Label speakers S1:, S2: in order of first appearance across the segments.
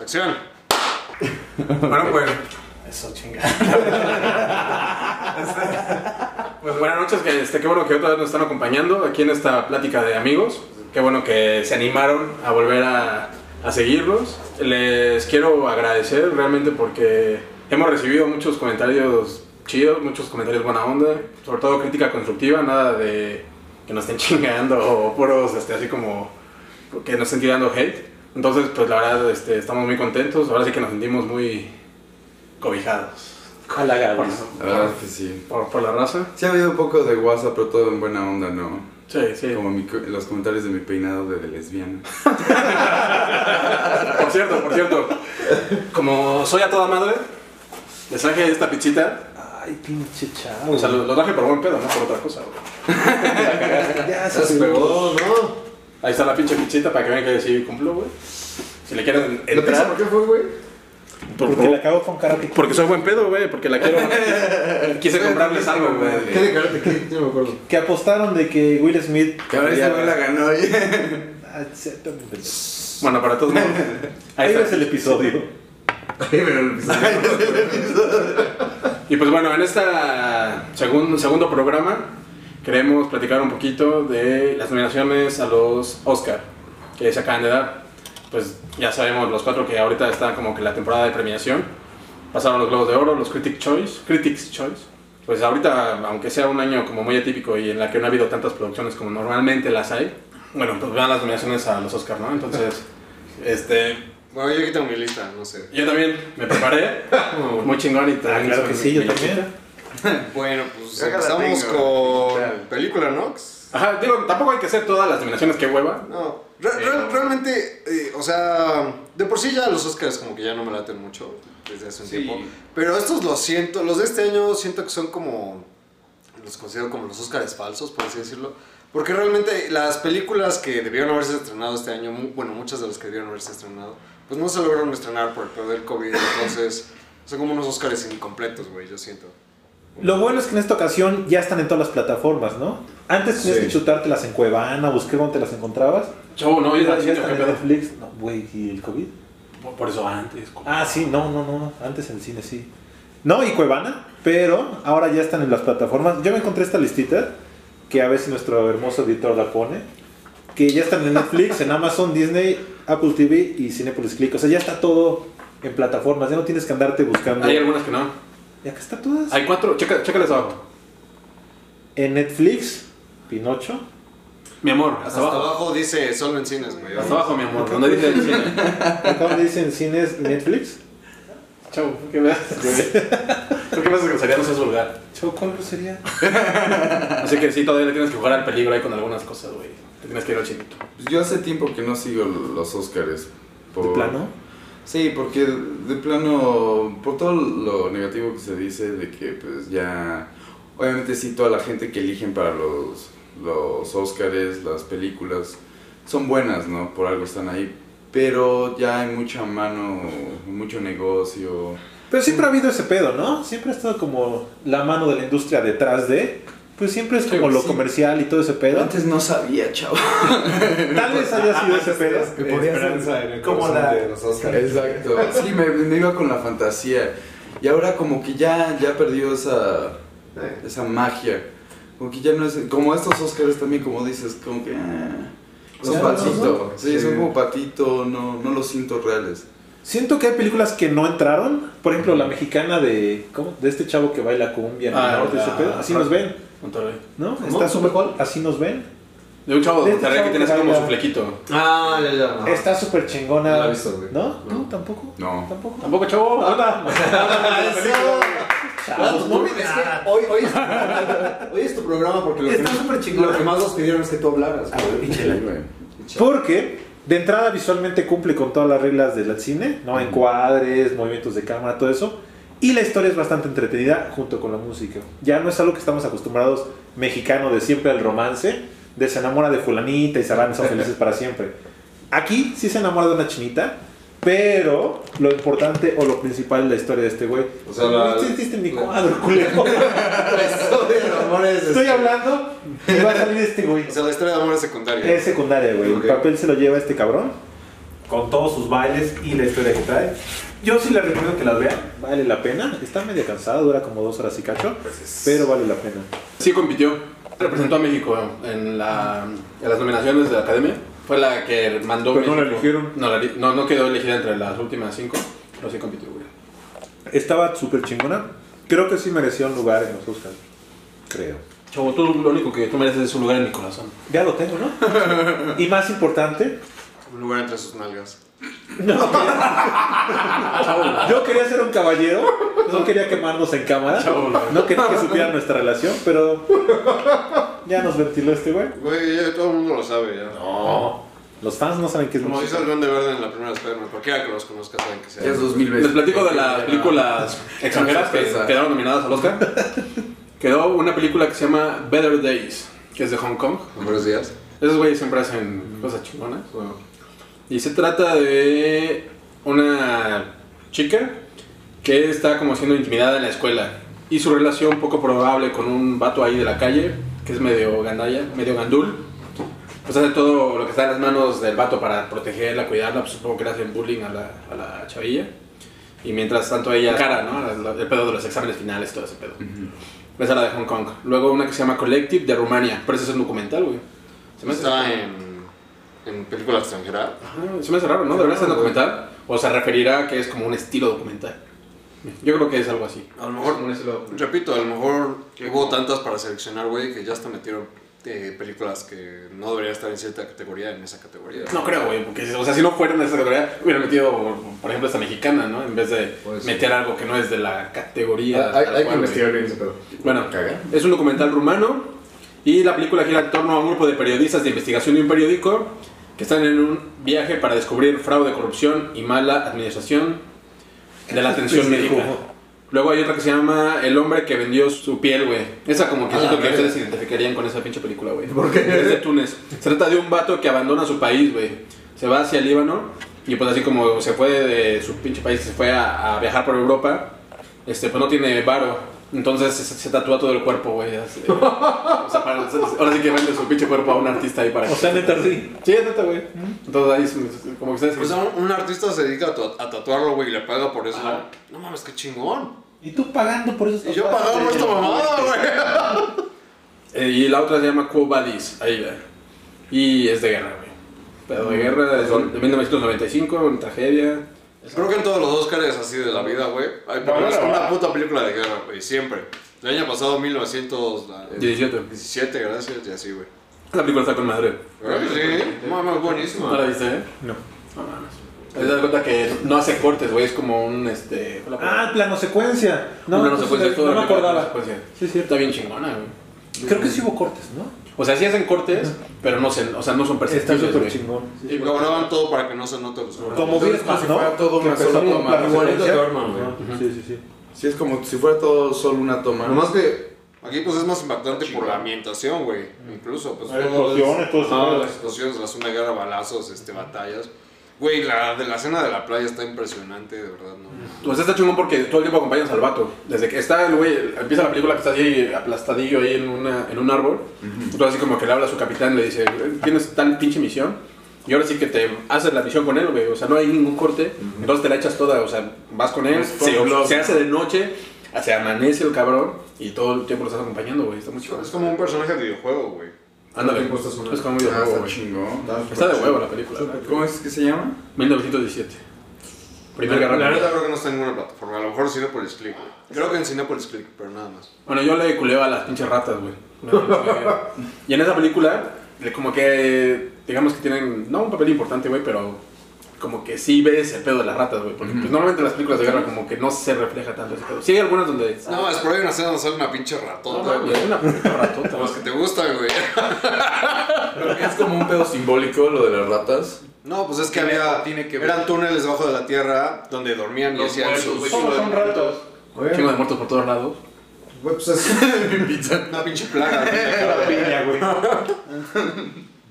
S1: Acción.
S2: Bueno, pues,
S3: Eso chinga.
S2: pues buenas noches, que este, qué bueno que otra vez nos están acompañando aquí en esta plática de amigos. Qué bueno que se animaron a volver a, a seguirnos. Les quiero agradecer realmente porque hemos recibido muchos comentarios chidos, muchos comentarios buena onda, sobre todo crítica constructiva, nada de que nos estén chingando o puros este, así como que nos estén tirando hate. Entonces, pues la verdad, este, estamos muy contentos. Ahora sí que nos sentimos muy cobijados.
S3: Halagados.
S4: La verdad es que sí.
S2: por, por la raza.
S4: Sí ha habido un poco de WhatsApp, pero todo en buena onda, ¿no?
S2: Sí, sí.
S4: Como mi co- los comentarios de mi peinado de, de lesbiana.
S2: Ah, Por cierto, por cierto. Como soy a toda madre, les traje esta pichita.
S3: Ay, pinche chavo.
S2: O sea, lo, lo traje por buen pedo, no por otra cosa. güey.
S3: Ya se
S4: Estás pegó,
S3: pegó.
S4: ¿no?
S2: Ahí está la pinche pichita para que vean que sí cumplo, güey. Si le quieren
S4: ¿No piensas
S2: entrar.
S4: por qué fue, güey?
S2: por-
S3: Porque la cago con karate.
S2: porque soy buen pedo, güey. Porque la quiero. Quise comprarles algo,
S4: ¿Qué
S2: güey.
S4: de karate? ¿Qué? Yo no me acuerdo.
S3: Que apostaron de que Will Smith.
S4: Que ahora esta güey la ganó, oye.
S3: Ah, exactamente.
S2: Bueno, para todos modos.
S3: Ahí ves
S2: está.
S3: el episodio.
S4: Ay, pero el episodio.
S2: Y pues bueno, en este segundo, segundo programa queremos platicar un poquito de las nominaciones a los Oscar que se acaban de dar. Pues ya sabemos los cuatro que ahorita está como que la temporada de premiación. Pasaron los Globos de Oro, los Critic Choice, Critics Choice. Pues ahorita, aunque sea un año como muy atípico y en la que no ha habido tantas producciones como normalmente las hay, bueno, pues vean las nominaciones a los Oscar, ¿no? Entonces, este,
S1: Bueno, yo aquí tengo mi lista, no sé.
S2: yo también me preparé, muy chingón y
S3: Ah,
S2: también hice
S3: claro
S2: mi-
S3: que sí, yo
S2: mi
S3: también.
S2: listita.
S1: Bueno, pues
S4: Yo acá la
S1: empezamos
S4: tengo.
S1: con
S4: Tal.
S1: película, ¿no?
S2: Ajá, digo, tampoco hay que hacer todas las nominaciones que hueva.
S1: No, re-
S2: Sí,
S1: re-
S2: no.
S1: realmente, eh, o sea, de por sí ya los Oscars como que ya no me laten mucho desde hace un
S4: Sí.
S1: tiempo. Pero estos los siento, los de este año siento que son como, los considero como los Oscars falsos, por así decirlo. Porque realmente las películas que debieron haberse estrenado este año, mu- bueno, muchas de las que debieron haberse estrenado, pues no se lograron estrenar por el peor del COVID. Entonces, son como unos Oscars incompletos, güey, yo siento.
S3: Lo bueno es que en esta ocasión ya están en todas las plataformas, ¿no? Antes tenías
S4: Sí.
S3: que chutártelas en Cuevana, buscar dónde te las encontrabas.
S2: Chavo, no, yo
S3: Ya,
S2: estaba
S3: ya
S2: diciendo
S3: están
S2: que
S3: en Netflix. No, güey, ¿y el COVID?
S2: Por, por eso antes. co-
S3: Ah, sí, no, no, no. Antes en el cine sí. No, y Cuevana, pero ahora ya están en las plataformas. Yo me encontré esta listita, que a ver si nuestro hermoso editor la pone. Que ya están en Netflix, en Amazon, Disney, Apple TV y Cinepolis Click. O sea, ya está todo en plataformas. Ya no tienes que andarte buscando.
S2: Hay algunas que no.
S3: Y acá está todas.
S2: Hay cuatro, checa, chécales abajo.
S3: En Netflix, Pinocho.
S2: Mi amor, hasta,
S1: Hasta
S2: abajo.
S1: abajo dice solo en cines, güey.
S2: Hasta abajo, mi amor. Donde dice el cine.
S3: Acá donde dicen cines Netflix.
S2: Chavo, ¿por qué me haces? ¿Por qué me haces grosería? No seas vulgar.
S3: Chau, ¿cuál sería?
S2: Así que sí, todavía le tienes que jugar al peligro ahí con algunas cosas, güey. Te tienes que ir al chinito.
S4: Pues Yo hace tiempo que no sigo los Oscars.
S3: ¿De plano?
S4: Sí, porque de plano, por todo lo negativo que se dice de que pues ya, obviamente sí, toda la gente que eligen para los, los Óscares, las películas, son buenas, ¿no? Por algo están ahí, pero ya hay mucha mano, mucho negocio.
S3: Pero siempre ha habido ese pedo, ¿no? Siempre ha estado como la mano de la industria detrás de. Pues siempre es como lo
S4: sí.
S3: comercial y todo ese pedo.
S4: no sabía, chavo.
S3: Tal vez haya sido ese pedo.
S5: Que podía ser como la de los Oscars.
S4: Exacto. Sí, me, me iba con la fantasía. Y ahora como que ya, ya perdió esa, esa magia. Como que ya no es... Como estos Oscars también, como dices, como que... ah, son
S3: Ya,
S4: patito.
S5: ¿no?
S4: Sí,
S5: Sí.
S4: son como patito, no, no los siento reales.
S3: Siento que hay películas que no entraron. Por ejemplo, la mexicana de. ¿Cómo? De este chavo que baila cumbia en el
S2: Ah,
S3: norte,
S2: la-
S3: ese pedo. Así nos ven,
S2: Monterrey.
S3: ¿no? Está súper. Así nos ven.
S2: De un chavo de
S3: De este
S2: Monterrey que
S3: chavo
S2: tienes
S3: que
S2: como
S3: baila.
S2: su flequito.
S1: Ah, ya, ya. no.
S3: Está súper chingona.
S1: No la he visto, güey.
S3: ¿No? ¿No? ¿Tampoco?
S4: No.
S3: ¿Tampoco?
S2: Tampoco, chavo.
S3: Anda. Ah,
S5: Chavos, no me- es que hoy, hoy, es, hoy es tu programa porque lo que,
S3: Está
S5: más-
S3: súper chingón.
S5: lo que más nos pidieron es que tú hablaras. güey.
S4: Sí, güey.
S3: Porque de entrada visualmente cumple con todas las reglas del cine, ¿no? Encuadres, movimientos de cámara, todo eso. Y la historia es bastante entretenida junto con la música. Ya no es algo que estamos acostumbrados mexicano de siempre al romance, de se enamora de fulanita y se van son felices para siempre. Aquí sí se enamora de una chinita, pero lo importante o lo principal es la historia de este güey.
S1: O sea, la-
S3: no exististe en mi cuadro, culero. Estoy hablando y va a salir este güey.
S1: O sea, la historia de amor es secundaria.
S3: Es secundaria, güey.
S1: Ok.
S3: El papel se lo lleva este cabrón.
S6: con todos sus bailes y la historia que trae. Yo sí les recomiendo que las vean.
S3: Vale la pena. Está media cansada, dura como dos horas y cacho.
S6: Pues
S3: Pero vale la pena.
S2: Sí compitió. Representó a México en, la, en las nominaciones de la academia. Fue la que mandó.
S3: Pero no la
S2: México.
S3: eligieron.
S2: No, la li- no, no quedó elegida entre las últimas cinco, pero sí compitió, güey.
S3: Estaba súper chingona. Creo que sí merecía un lugar en los Oscars. Creo.
S2: Chavo, tú lo único que tú mereces es un lugar en mi corazón.
S3: Ya lo tengo, ¿no? y más importante,
S1: Un lugar entre sus nalgas.
S3: Yo quería ser un caballero, no quería quemarnos en cámara, no quería que supieran nuestra relación, pero ya nos ventiló este güey.
S1: Güey, ya todo el mundo lo sabe ya.
S3: Los fans no saben qué es
S1: Como
S3: música.
S1: dice el Duende Verde en la primera Spider-Man, cualquiera que los conozca saben que sea.
S4: Ya es 2000 veces.
S2: Les platico de las películas extranjeras que
S4: Sorpresa.
S2: quedaron nominadas al Oscar. Quedó una película que se llama Better Days, que es de Hong Kong.
S1: Buenos días.
S2: Esos güeyes siempre hacen cosas chingonas. o- Y se trata de una chica que está como siendo intimidada en la escuela. Y su relación poco probable con un vato ahí de la calle, que es medio gandalla, medio gandul. Pues hace todo lo que está en las manos del vato para protegerla, cuidarla, pues supongo que le hacen bullying a la, a la chavilla. Y mientras tanto ella cara, ¿no? El pedo de los exámenes finales, todo ese pedo. Esa es la de Hong Kong. Luego una que se llama Collective de Rumania. Pero ese es un documental, güey. Se me hace-
S1: Está en, en película extranjera.
S2: Ah, Se me hace raro, ¿no? ¿Debería ser documental? ¿O se referirá a que es como un estilo documental? Yo creo que es algo así.
S1: A lo mejor-
S2: Como un estilo documental.
S1: Repito, a lo mejor hubo tantas para seleccionar, güey, que ya hasta metieron eh, películas que no deberían estar en cierta categoría, en esa categoría.
S2: No creo, güey, porque o sea, si no fuera en esa categoría, hubiera metido, por ejemplo, esta mexicana, ¿no? En vez de
S5: Pues sí.
S2: meter algo que no es de la
S4: Ah,
S2: categoría.
S5: Hay,
S2: tal
S5: hay que
S2: cual,
S5: investigar
S2: güey.
S5: bien ese pedo.
S2: Bueno,
S5: Caga.
S2: es un documental rumano y la película gira en torno a un grupo de periodistas de investigación de un periódico que están en un viaje para descubrir fraude, corrupción y mala administración de la atención
S3: Pues
S2: médica. Luego hay otra que se llama El hombre que vendió su piel, güey. Esa como que
S5: A la
S2: siento que
S5: verga.
S2: ustedes se identificarían con esa pinche película, güey. Es de Túnez. Se trata de un vato que abandona su país, güey. Se va hacia Líbano y pues así como se fue de su pinche país, se fue a, a viajar por Europa, este, pues no tiene varo. Entonces se, se tatúa todo el cuerpo, güey. así, eh, o sea, para- ahora sí que vende su pinche cuerpo a un artista ahí para...
S3: O sea, ¿Mm? neta, sí.
S2: Sí, es neta, güey. Entonces ahí se- como que ustedes...
S1: O sea, un, un artista se dedica a, tu- a tatuarlo, güey, y le paga por eso.
S2: Ajá.
S1: No mames, qué chingón.
S3: Y tú pagando por eso.
S1: Y yo pagaba por esta mamada, güey.
S2: Eh, y la otra se llama Quo Vadis, ahí va. Y es de guerra, güey. Pero de guerra, es de 1995, una tragedia.
S1: Creo que en todos los Oscars así de la vida, güey, hay por lo menos una puta película de guerra, güey, siempre. El año pasado, 1917,
S2: 17.
S1: gracias, y así, güey.
S2: La película está con madre.
S3: ¿Eh?
S1: Sí, mames,
S2: ¿No la
S1: buenísima.
S2: viste, eh?
S3: No.
S2: No mames. Te das cuenta que no hace cortes, güey, es como un este. ¿cuál la palabra?
S3: Ah, plano secuencia. No,
S2: Un plano
S3: pues,
S2: secuencia, todo pues,
S3: no me
S2: el plano
S3: acordaba.
S2: secuencia.
S3: Sí, es cierto.
S2: Está bien chingona, güey.
S3: Creo que sí hubo cortes, ¿no?
S2: O sea, sí hacen cortes, pero no, se, o sea, no son
S3: Está
S2: perceptibles.
S3: súper
S2: güey.
S3: chingón.
S1: Y grababan todo para que no se note los colores.
S3: Como
S4: Entonces,
S3: Beatles,
S4: como si
S3: ¿no?
S4: fuera todo
S3: Que
S4: una sola
S3: empezó con
S4: toma.
S3: plano
S5: Igualito
S3: secuencia.
S5: a Dorman, güey.
S3: Ajá, Sí, sí, sí.
S4: Sí, es como si fuera todo solo una toma.
S1: Nomás que aquí, pues, es más impactante por la ambientación, güey,
S4: Mm.
S1: incluso. Pues,
S3: Hay
S1: todo es-
S3: explosiones, todo
S1: Ah,
S3: eso.
S1: las explosiones, la zona de guerra, balazos, este, batallas. Güey, la de la escena de la playa está impresionante, de verdad, no.
S4: Mm.
S2: O sea, Pues está chingón porque todo el tiempo acompañas al vato. Desde que está el güey, empieza la película que está así aplastadillo ahí en, una, en un árbol. Entonces así como que le habla a su capitán, le dice, "Eh, tienes tal pinche misión. Y ahora sí que te haces la misión con él, güey. O sea, no hay ningún corte. Entonces te la echas toda, o sea, vas con él.
S4: Es
S2: Se,
S4: todo blog,
S2: se
S4: ¿no?
S2: hace de noche, se amanece el cabrón. Y todo el tiempo lo estás acompañando, güey. Está muy chingón.
S1: Es como un personaje de videojuego, güey.
S2: Ándale.
S5: Todo el tiempo estás con él.
S2: Es como un
S4: Ah,
S2: videojuego,
S4: está
S2: güey.
S4: chingón.
S2: Está de huevo la película.
S4: ¿Cómo es que se llama?
S2: 1917. Primer guerra.
S1: La
S2: Mundial.
S1: neta creo que no está en ninguna plataforma. A lo mejor Cinepolis Click. güey. Creo que en Cinepolis Click, pero nada más.
S2: Bueno, yo le culeo a las pinches ratas, güey. y en esa película, le- como que, digamos que tienen, no un papel importante, güey, pero como que sí ves el pedo de las ratas, güey. Porque pues, normalmente en las películas de guerra como que no se refleja tanto ese pedo. Sí hay algunas donde...
S4: Ah.
S1: No, es por ahí una escena donde sale una pinche ratota,
S2: güey,
S1: güey.
S2: es una puta ratota.
S1: Como las que te gustan, güey.
S4: Creo que es como un pedo simbólico lo de las ratas.
S1: No, pues es que
S4: Tiene-
S1: había.
S4: tiene que ver.
S1: eran túneles debajo de la tierra donde dormían y
S4: Los
S1: hacían
S4: muertos,
S1: sus.
S4: güey.
S3: Solo son ratos.
S5: Oye,
S2: Chingo de muertos por todos lados.
S5: güey, pues es.
S1: Una pinche plaga, güey.
S3: Cada piña, güey.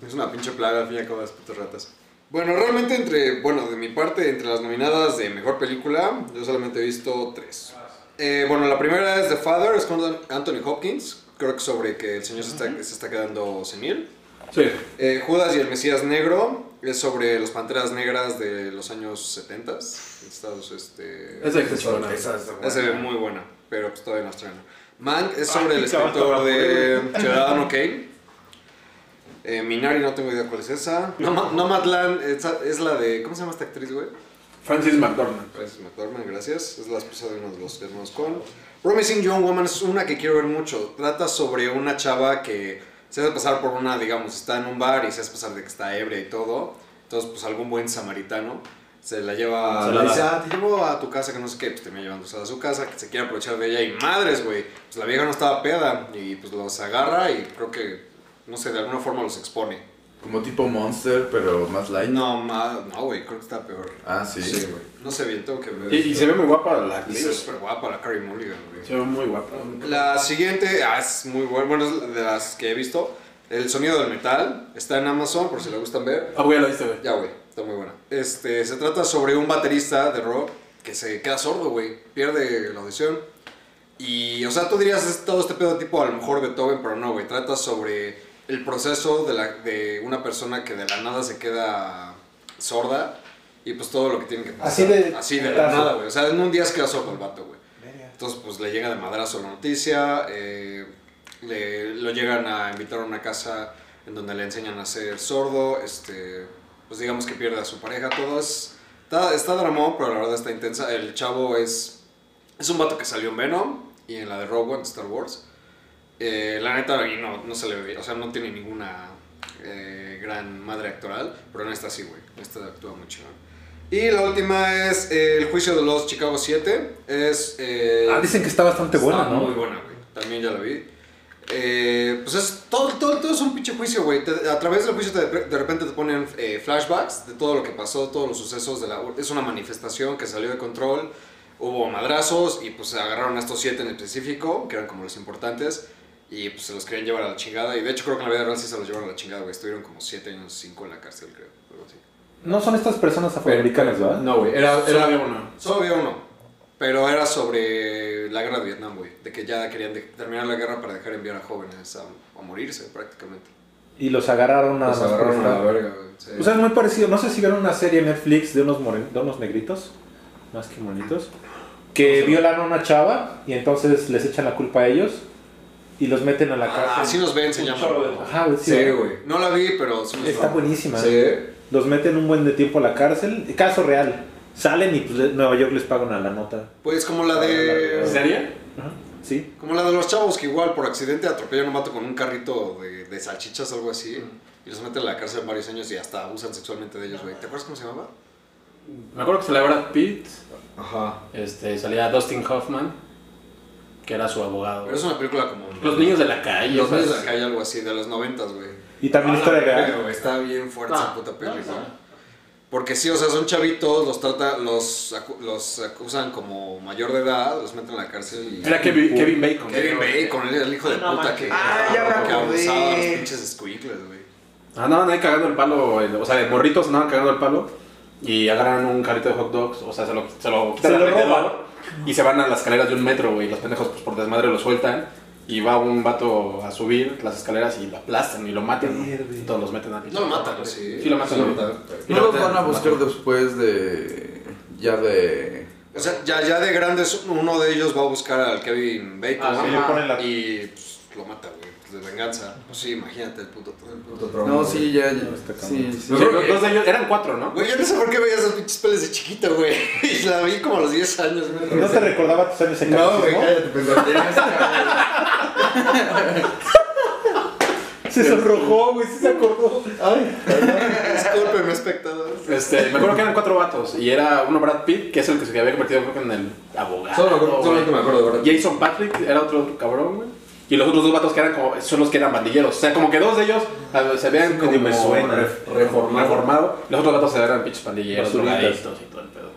S1: Es una pinche plaga, al fin y al cabo, las putas ratas. Bueno, realmente entre, bueno, de mi parte, entre las nominadas de Mejor Película, yo solamente he visto tres. Eh, bueno, la primera es The Father, es con Anthony Hopkins, creo que sobre que el señor se está, se está quedando senil.
S2: Sí.
S1: Eh, Judas y el Mesías Negro, es sobre las panteras negras de los años 70. Estados, este,
S2: Es excepcional.
S1: esa se ve muy buena, pero pues todavía no estrena. Mank es
S3: Ay,
S1: sobre el
S3: cabrón,
S1: escritor
S3: cabrón,
S1: de Ciudadano Kane. Eh, Minari, no tengo idea cuál es esa. Noma- Nomadland esa- es la de. ¿Cómo se llama esta actriz, güey?
S2: Francis McDormand.
S1: Frances McDormand, gracias. Es la esposa de uno de los hermanos con. Promising Young Woman es una que quiero ver mucho. Trata sobre una chava que se hace pasar por una, digamos, está en un bar y se hace pasar de que está ebria y todo. Entonces, pues algún buen samaritano se la lleva.
S3: Se la
S1: le dice,
S3: da.
S1: "Ah, te llevo a tu casa, que no sé qué. Pues termina llevándose a su casa, que se quiere aprovechar de ella. Y madres, güey. Pues la vieja no estaba peda. Y pues los agarra y creo que, no sé, de alguna forma los expone.
S4: Como tipo Monster, pero más light.
S1: No, ma- no, güey, creo que está peor.
S4: Ah, sí.
S1: Sí, güey. No sé bien, tengo que ver.
S2: Y, y se ve muy guapa la
S1: Y
S2: actriz.
S1: se ve súper guapa la Carrie Mulligan, güey.
S2: Se ve muy guapa.
S1: La siguiente ah, es muy buena, bueno, es de las que he visto. El sonido del metal está en Amazon, por si le gustan ver.
S2: Ah, güey, la viste, güey.
S1: Ya, güey, está muy buena. Este, se trata sobre un baterista de rock que se queda sordo, güey. Pierde la audición. Y, o sea, tú dirías es todo este pedo tipo a lo mejor Beethoven, pero no, güey. Trata sobre el proceso de, la, de una persona que de la nada se queda sorda y pues todo lo que tiene que pasar.
S6: Así de-
S1: Así de la
S6: putazo.
S1: nada, güey. O sea, en un día se queda sordo el vato, güey. Entonces, pues le llega de madrazo la noticia, eh, le, lo llegan a invitar a una casa en donde le enseñan a ser sordo, este, pues digamos que pierde a su pareja, todo es... Está, está dramón, pero la verdad está intensa. El chavo es... Es un vato que salió en Venom y en la de Rogue One de Star Wars. Eh, la neta, y no, no se le ve, o sea, no tiene ninguna eh, gran madre actoral, pero en esta sí, güey. En esta actúa muy chingón. Y la última es eh, El juicio de los Chicago 7. Es. eh,
S3: Ah, dicen que está bastante
S1: está
S3: buena, ¿no?
S1: Muy buena, güey. También ya la vi. Eh, pues es todo, todo, todo es un pinche juicio, güey. Te- A través del juicio te- de repente te ponen eh, flashbacks de todo lo que pasó, todos los sucesos de la... Es una manifestación que salió de control, hubo madrazos y pues agarraron a estos siete en específico, que eran como los importantes, y pues se los querían llevar a la chingada. Y de hecho creo que en la vida real sí se los llevaron a la chingada, güey. Estuvieron como siete años, cinco en la cárcel, creo. Algo así.
S3: No son estas personas afroamericanas, ¿verdad?
S2: No, güey, era, era de uno.
S1: Solo había uno, pero era sobre la guerra de Vietnam, güey. De que ya querían de- terminar la guerra para dejar enviar a jóvenes a, a morirse prácticamente.
S3: Y los agarraron nada
S1: Los
S3: más por
S1: agarraron a
S3: estar.
S1: la verga, güey. Sí.
S3: O sea, es muy parecido. No sé si vieron una serie en Netflix de unos, moren- de unos negritos, más que monitos, que violan a una chava y entonces les echan la culpa a ellos y los meten a la
S1: Ah, así
S3: cárcel.
S1: nos ven, se llama.
S3: Ajá, güey,
S1: Sí,
S3: sí, ¿verdad?
S1: güey. No la vi, pero sí me
S3: Está
S1: suena.
S3: buenísima.
S1: Sí.
S3: Los meten un buen de tiempo a la cárcel. Caso real. Salen y pues, de- Nueva York les pagan a la nota.
S1: Pues como la
S2: ¿En
S1: de.
S2: serio?
S3: Ajá, Sí.
S1: Como la de los chavos que igual por accidente atropellan a un vato con un carrito de, de salchichas, algo así. Y los meten a la cárcel varios años y hasta abusan sexualmente de ellos, güey. ¿Te acuerdas cómo se llamaba?
S2: Me acuerdo que salía Brad Pitt,
S1: Ajá.
S2: este, salía Dustin Hoffman, que era su abogado.
S1: Pero es una película como.
S2: Los niños de la calle.
S1: Los
S2: ¿sabes?
S1: niños de la calle, algo así, de los noventas, güey.
S3: Y también
S1: Ah,
S3: historia real.
S1: Pero está bien fuerte
S2: No,
S1: esa puta película.
S2: no, no.
S1: Porque sí, o sea, son chavitos, los trata, los, acu- los acusan como mayor de edad, los meten a la cárcel y.
S2: Era Kevin, Kevin Bacon.
S1: Kevin Bacon, el, el hijo de
S5: No
S1: puta
S5: manches.
S1: que,
S5: Ah, ya me acordé.
S1: que abusaba a los pinches squinkles, güey.
S2: Andaban ahí cagando el palo, el- o sea, de morritos andaban cagando el palo y agarran un carrito de hot dogs, o sea, se lo, se lo quitan
S3: Se
S2: al
S3: lo
S2: vendedor
S3: roban.
S2: y se van a las escaleras de un metro, güey. y Los pendejos, pues por desmadre, lo sueltan y va un vato a subir las escaleras y lo aplastan y lo matan. ¿no?
S3: Verde.
S2: Entonces los meten a
S1: No lo matan, sí.
S2: Sí, lo matan.
S1: Sí,
S2: güey. Y
S4: No los
S2: meten-
S4: van a buscar
S2: matan.
S4: después de. Ya de.
S1: O sea, ya, ya de grandes, uno de ellos va a buscar al Kevin Bacon
S2: Ah, sí,
S3: le ponen la-
S1: y pues, lo mata, güey, pues, de venganza. Pues sí, imagínate el puto. El puto.
S4: No, sí, ya. ya-
S3: Está
S4: Sí,
S3: cabrón.
S4: sí.
S2: Sí, los- los de ellos- eran cuatro, ¿no?
S1: Güey, yo no sé por qué veía esas pinches peles de chiquito, güey. Y la vi como a los 10 años, güey.
S3: ¿No te recordaba tus años en
S4: No, güey,
S3: catecismo?
S4: cállate, pendejo. Tenías cara
S3: Se sonrojó, güey, sí se acordó.
S1: Discúlpeme, espectadores.
S2: Este, me acuerdo que eran cuatro vatos y era uno Brad Pitt, que es el que se había convertido creo que en el abogado.
S4: Solo me acuerdo- solo
S2: güey.
S4: que me acuerdo de Brad Pitt.
S2: Jason Patrick era otro cabrón, güey. Y los otros dos vatos que eran como, son los que eran bandilleros. O sea, como que dos de ellos a ver, se vean como
S3: medio me suena.
S2: ref-
S4: Reformado.
S2: reformado. Y Los otros vatos se eran pinches pandilleros,
S3: Basuritas.
S2: drogadictos y todo el pedo.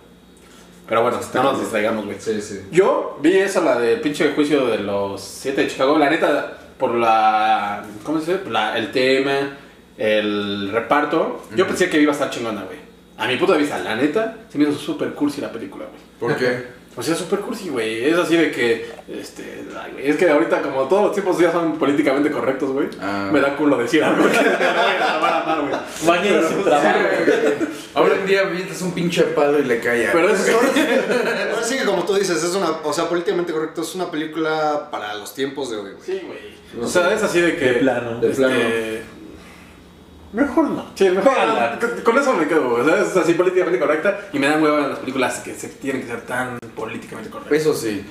S2: Pero bueno, no nos distraigamos, güey.
S4: de- Sí, sí.
S2: Yo vi esa, la del pinche juicio de los siete de Chicago. La neta, por la. ¿Cómo se dice? La- el tema, el reparto. Yo pensé que iba a estar chingona, güey. A mi punto de vista, la neta, se me hizo súper cursi la película, güey.
S4: ¿Por qué?
S2: O sea, súper cursi, güey. Es así de que, este, ay, güey, es que ahorita como todos los tipos ya son políticamente correctos, güey,
S4: Ah.
S2: me da culo decir algo que me voy a lavar a mar, güey.
S6: Mañana sin trabajo.
S4: Ahora en día vienes un pinche palo y le cae a-
S2: Pero eso es
S1: Ahora sí que como tú dices, es una, o sea, políticamente correcto, es una película para los tiempos de hoy, güey.
S2: Sí, güey. O sea, es así de que... este,
S3: De plano.
S4: De plano.
S3: Mejor no.
S2: Sí, mejor.
S6: Véanla.
S2: con- Con eso me quedo, güey. O sea, es así políticamente correcta y me dan hueva las películas que se tienen que ser tan políticamente correctas.
S4: Eso sí.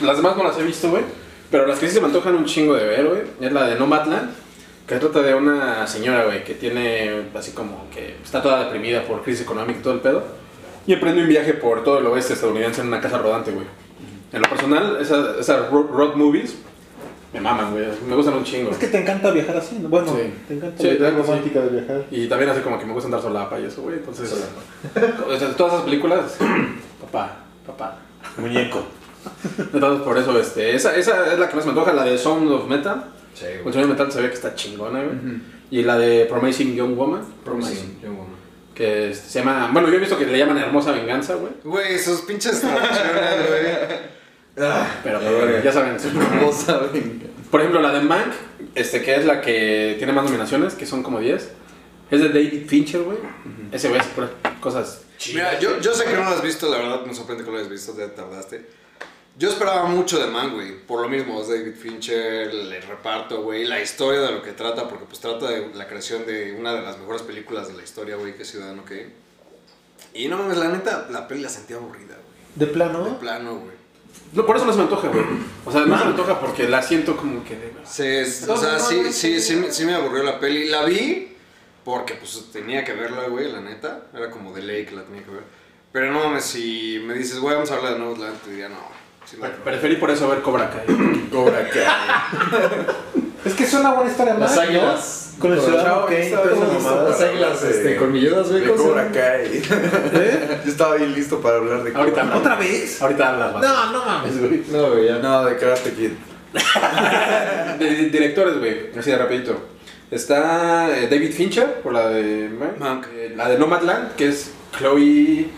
S2: Las demás no las he visto, güey. Pero las que sí se me antojan un chingo de ver, güey. Es la de Nomadland. Que trata de una señora, güey, que tiene así como que está toda deprimida por crisis económica y todo el pedo. Y emprende un viaje por todo el oeste estadounidense en una casa rodante, güey. En lo personal, esas, esas ro- road movies me maman, güey. Me gustan un chingo.
S3: Es que te encanta viajar así, ¿no? Bueno,
S2: Sí.
S3: te encanta
S2: Sí,
S3: la idea
S2: algo así.
S3: romántica de viajar.
S2: Y también hace como que me gusta andar solapa y eso, güey. Entonces, o sea, todas esas películas, papá, papá.
S3: Muñeco.
S2: Entonces, por eso, este, esa, esa es la que más me antoja, la de Sound of Metal.
S1: Sí,
S2: El Sonido Metal se ve que está chingona, güey. Y la de Promising Young Woman.
S1: Promising Young Woman.
S2: Que este, se llama. Bueno, yo he visto que le llaman Hermosa Venganza, güey.
S1: Güey, esos pinches traducciones, güey.
S2: Pero pues, ya saben. eso es una-
S4: Ah, No saben.
S2: Por ejemplo, la de Mank, este, que es la que tiene más nominaciones, que son como 10. Es de David Fincher, güey. Ese güey hace puras cosas
S1: Mira, yo, yo sé que no lo has visto, la verdad me sorprende que no lo hayas visto, te tardaste. Yo esperaba mucho de Man, güey, por lo mismo, es David Fincher, el reparto, güey, la historia de lo que trata, porque pues trata de la creación de una de las mejores películas de la historia, güey, que es Ciudadano Kane. Y no mames, la neta, la peli la sentía aburrida, güey.
S3: De plano.
S1: De plano, güey.
S2: No, por eso no se me antoja, güey. O sea, no se me antoja porque la siento como que... de-
S1: Se, o sea, sí, sí, sí, me- sí me aburrió la peli. La vi porque pues tenía que verla, güey, la neta. Era como de ley que la tenía que ver. Pero no mames, si me dices, güey, vamos a hablar de nuevo, la neta te diría, no. sí me
S2: Pre- Preferí por eso ver Cobra Kai.
S4: Cobra Kai.
S3: Es que suena buena historia
S5: Las
S3: más. ¿no?
S5: águilas.
S3: Con el
S4: Con
S3: ciudadano
S4: Chao,
S3: Kane,
S4: ¿sabes
S3: toda esa
S4: cómo hizo?
S3: mamada.
S5: Las águilas, este, colmilludas, güey.
S4: De
S5: ¿cómo se
S4: Cobra
S5: llama?
S4: Kai. Yo estaba bien listo para hablar de
S2: Ahorita
S4: Cobra
S2: hablamos.
S3: ¿Otra vez?
S2: Ahorita hablas, vas.
S3: No, no mames.
S2: güey.
S5: No, güey, ya.
S4: No, de Karate Kid.
S2: De- de- directores, güey. Así de rapidito. Está eh, David Fincher, por la de... Mank.
S3: Ah,
S1: Mank.
S2: Eh, La de Nomadland, que es Chloe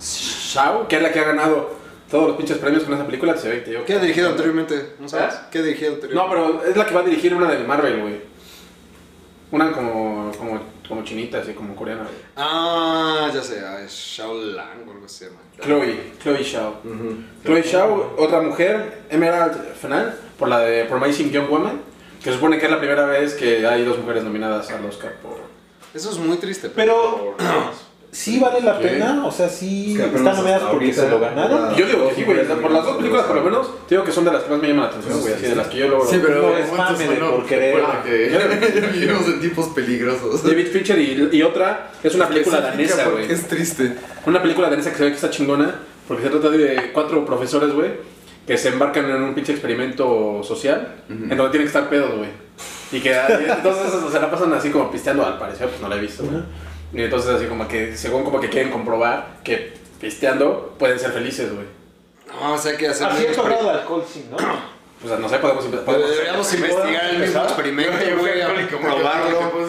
S2: Zhao, que es la que ha ganado todos los pinches premios con esa película. Se ve que te digo
S1: ¿Qué
S2: que-
S1: ha dirigido anteriormente? ¿No sabes?
S2: ¿Eh?
S1: ¿Qué ha dirigido anteriormente?
S2: No, pero es la que va a dirigir una de Marvel, güey. Una como, como, como chinita, así como coreana, güey.
S1: Ah, ya sé, ah, es Shao Lang o algo así se llama.
S2: Chloe, Chloe Shao. Chloe Shao, otra mujer, Emerald Fennell, por la de Promising Young Woman, que supone que es la primera vez que hay dos mujeres nominadas al Oscar por...
S1: Eso es muy triste.
S3: Pero sí vale la pena, o sea, sí
S4: Es que apenas
S3: están nominadas porque
S4: ahorita
S3: se lo ganaron.
S4: nada.
S2: Yo digo que sí, güey, por las dos películas por lo menos, te digo que son de las que más me llaman la atención, güey, así de las que yo logro.
S4: Sí, pero
S3: No es
S4: ¿cuántos
S3: mame de
S4: son?
S3: por querer.
S4: Recuerda que ya vivimos en tipos peligrosos.
S2: David Fincher y, y otra es una película danesa,
S4: Porque
S2: güey.
S4: Es triste.
S2: Una película danesa que se ve que está chingona, porque se trata de cuatro profesores, güey, que se embarcan en un pinche experimento social, en donde tienen que estar pedos, güey. Y que ah, y entonces o sea, se la pasan así como pisteando, al parecer, pues no la he visto, güey. Y entonces así como que, según como que quieren comprobar que pisteando pueden ser felices, güey.
S1: No, o sea, que hacer
S3: A
S1: un
S3: Ah, cierto grado
S1: experimento.
S3: de alcohol, sí, ¿no?
S2: O sea, no sé, podemos... empe- podemos
S1: Deberíamos investigar el mismo
S3: empezar.
S1: experimento, güey, a
S4: Probarlo.
S1: comprobarlo.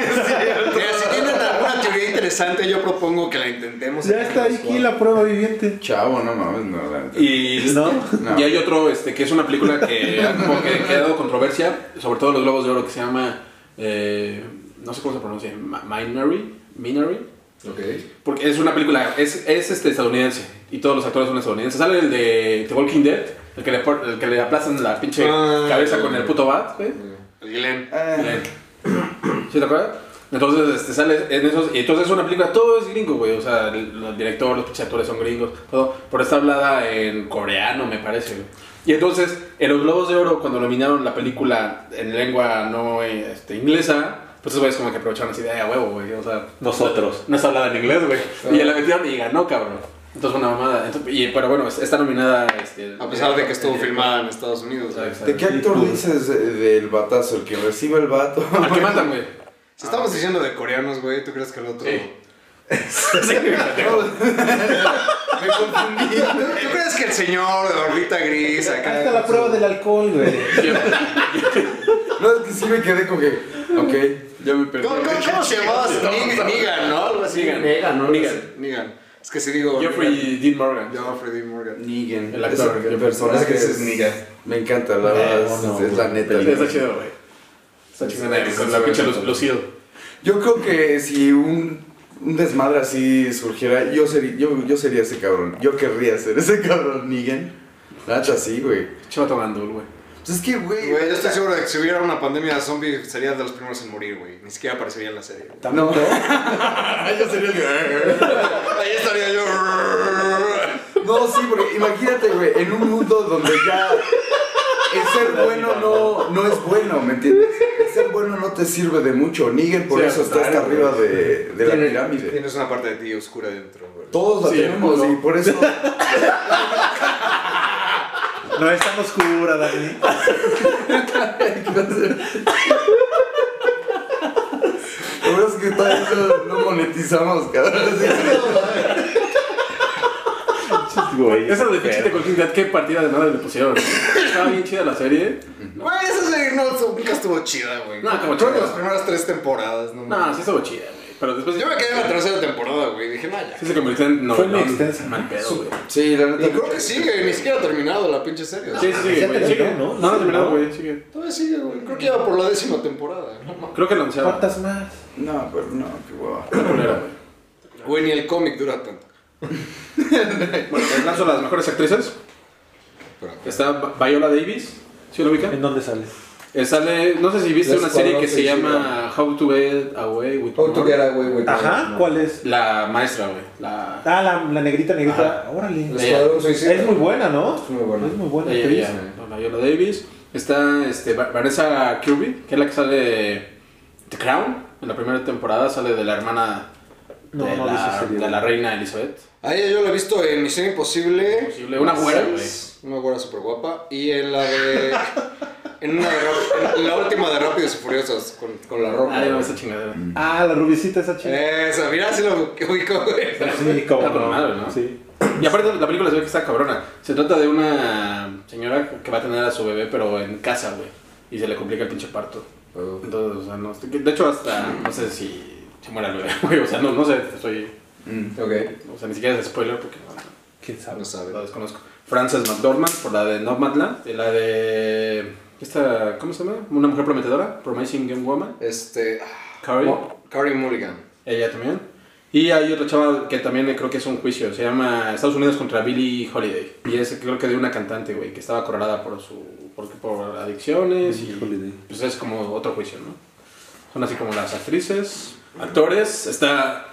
S1: Mira, si tienen alguna teoría interesante, yo propongo que la intentemos.
S3: Ya está aquí la prueba viviente.
S4: Chavo, no mames, no. la neta.
S2: Y,
S3: ¿No?
S4: No.
S2: y hay otro este, que es una película que ha como que creado controversia, sobre todo los globos de oro, que se llama, eh, no sé cómo se pronuncia, Ma- Minari, Minari,
S5: Ok.
S2: porque es una película, es, es este, estadounidense, y todos los actores son estadounidenses. Sale el de The Walking Dead, el que le, por- el que le aplazan la pinche
S1: Ah,
S2: cabeza con
S1: eh,
S2: el puto bat, güey.
S1: El Glenn.
S4: Ah,
S2: ¿Sí te acuerdas? Entonces este, sale en esos. y Entonces es una película, todo es gringo, güey. O sea, el, el director, los pinches actores son gringos, todo. Pero está hablada en coreano, me parece, güey. Y entonces, en los Globos de Oro, cuando nominaron la película en lengua no eh, este, inglesa, pues esos güeyes como que aprovecharon así de "Ay, a huevo, güey. O sea,
S3: Nosotros.
S2: no está hablada en inglés, güey. Y ya la metieron y ganó, cabrón. Entonces fue una mamada. Entonces, y, pero bueno, es- está nominada. Este,
S1: A pesar de que estuvo
S2: el-
S1: filmada en Estados Unidos. güey.
S2: Exacto.
S4: ¿De qué actor dices eh, del batazo? ¿El que recibe el vato?
S2: Al que matan, güey.
S1: Si estamos diciendo de coreanos, güey, ¿tú crees que el otro.?
S2: Sí.
S1: Me confundí. ¿Tú crees que el señor de orbita gris
S3: Acá
S1: acá.
S3: está la prueba del alcohol, güey.
S4: No, es que sí me quedé con que. Ok, ya me perdí.
S1: ¿Cómo, cómo- cómo se llamaba? Nigan, ¿no? Algo así.
S2: Negan.
S5: Nega, ¿no?
S2: Negan.
S1: Negan. Es que sí digo.
S2: Jeffrey Dean Morgan.
S1: Yo, Freddy Morgan.
S4: Negan.
S2: El actor,
S4: Ese
S2: el
S4: personaje
S1: personaje
S4: es,
S1: es Negan.
S4: Me encanta, la verdad. es-
S3: Eh, no,
S4: es la
S3: no,
S4: neta.
S2: Está chido, güey. Está chingona. Con la pinche lu- lucido.
S4: Yo creo que si un, un desmadre así surgiera, yo, sería yo, yo sería ese cabrón. Yo querría ser ese cabrón, Negan. Nacha, sí, güey.
S2: Chivato Gandul, güey.
S4: Pues es que, güey.
S1: Güey, yo estoy seguro de que si hubiera una pandemia zombie sería de los primeros en morir, güey. Ni siquiera aparecería en la serie. güey.
S4: No. yo sería el. eh,
S1: Ahí estaría yo.
S4: No, sí, porque imagínate, güey, en un mundo donde ya el ser bueno no, no es bueno, ¿me entiendes? El ser bueno no te sirve de mucho. Negan por
S2: Sí,
S4: eso
S2: al
S4: está hasta
S2: contrario,
S4: arriba de, de la pirámide.
S1: Tienes una parte de ti oscura dentro, güey.
S4: Todos la
S2: Sí,
S4: tenemos
S2: ¿no?
S4: y por eso.
S3: No es tan oscura, Dani.
S4: Lo bueno es que todavía no- no monetizamos, cabrón.
S3: Güey.
S2: Esa de pinche Tecolquín Cat, qué partida de madre le pusieron. güey. Estaba bien chida la serie.
S1: Güey, esa serie no, nunca estuvo chida, güey.
S2: No,
S1: Creo
S2: como
S1: que
S2: chida.
S1: las primeras tres temporadas, no.
S2: No, sí estuvo chida, güey. Pero después
S1: Yo me quedé en la tercera temporada, güey. Dije, no, ya.
S2: sí se convirtió en
S3: Fue muy
S2: novelón.
S3: extensa.
S2: Mal pedo, güey.
S4: Sí, la neta.
S1: Y creo que sigue, ni siquiera ha terminado la pinche serie.
S2: Sí, sí, sí,
S3: ya
S2: güey.
S3: terminó,
S2: Sigue.
S3: ¿no?
S2: No, no ha terminado,
S3: ¿No?
S2: güey. Sigue.
S1: Todavía sigue, güey. Creo que ya va por la décima temporada. No mames.
S2: Creo que lanzaron.
S3: ¿Cuántas más?
S4: No, pero no, qué guau.
S1: Güey, ni el cómic dura tanto.
S2: Bueno, les lanzo las mejores actrices.
S1: Pero-
S2: Está Vi- Viola Davis. ¿Sí lo ubica?
S3: ¿En dónde sales?
S2: Eh, sale, no sé si viste
S5: Les
S2: una serie que se
S5: Escuadrón
S2: llama How to Get Away with
S5: How to
S2: Murder.
S5: get away with
S3: Ajá,
S5: murder.
S3: Ah, ¿cuál es?
S2: La maestra, güey. La...
S3: Ah, la, la negrita, negrita. Órale.
S5: El escuadrón suicida.
S3: Es muy buena, ¿no?
S5: Es muy buena.
S3: Es muy buena
S2: Ella,
S3: actriz.
S2: ella, no, la Viola Davis. Está este, Va- Vanessa Kirby, que es la que sale de The Crown. En la primera temporada sale de la hermana
S3: No,
S2: de,
S3: no vi esa
S2: la,
S3: serie.
S2: de la reina Elizabeth.
S1: A ella yo la he visto en Misión Imposible.
S2: Imposible, una güera,
S1: Seis, Una güera súper guapa. Y en la de. en, una de Rap- en la última de Rápidos y Furiosos con, con la ropa.
S2: Ah, ya esa chingadera.
S3: Ah, la rubicita esa
S1: Eh,
S3: chica.
S1: Esa, mira si lo que ubico, güey.
S3: Sí, como.
S2: Está con madre, ¿no?
S3: Sí.
S2: Y aparte la película se ve que está cabrona. Se trata de una señora que va a tener a su bebé, pero en casa, güey. Y se le complica el pinche parto. Entonces, o sea, no. De hecho, hasta no sé si se muere el bebé, güey. O sea, no, no sé, estoy.
S4: Mm,
S5: Ok.
S2: O sea, ni siquiera es spoiler porque no,
S3: ¿Quién sabe?
S1: No sabe.
S2: lo desconozco. Frances McDormand por la de Nomadland, de la de esta, ¿cómo se llama? Una mujer prometedora, Promising Young Woman,
S1: Este. ah,
S2: Carrie,
S1: Mo- Carrie Mulligan.
S2: ella también. Y hay otra chava que también creo que es un juicio, se llama Estados Unidos contra Billie Holiday. Y es creo que de una cantante, güey, que estaba acorralada por su por, por adicciones y pues es como otro juicio, ¿no? Son así como las actrices, actores, está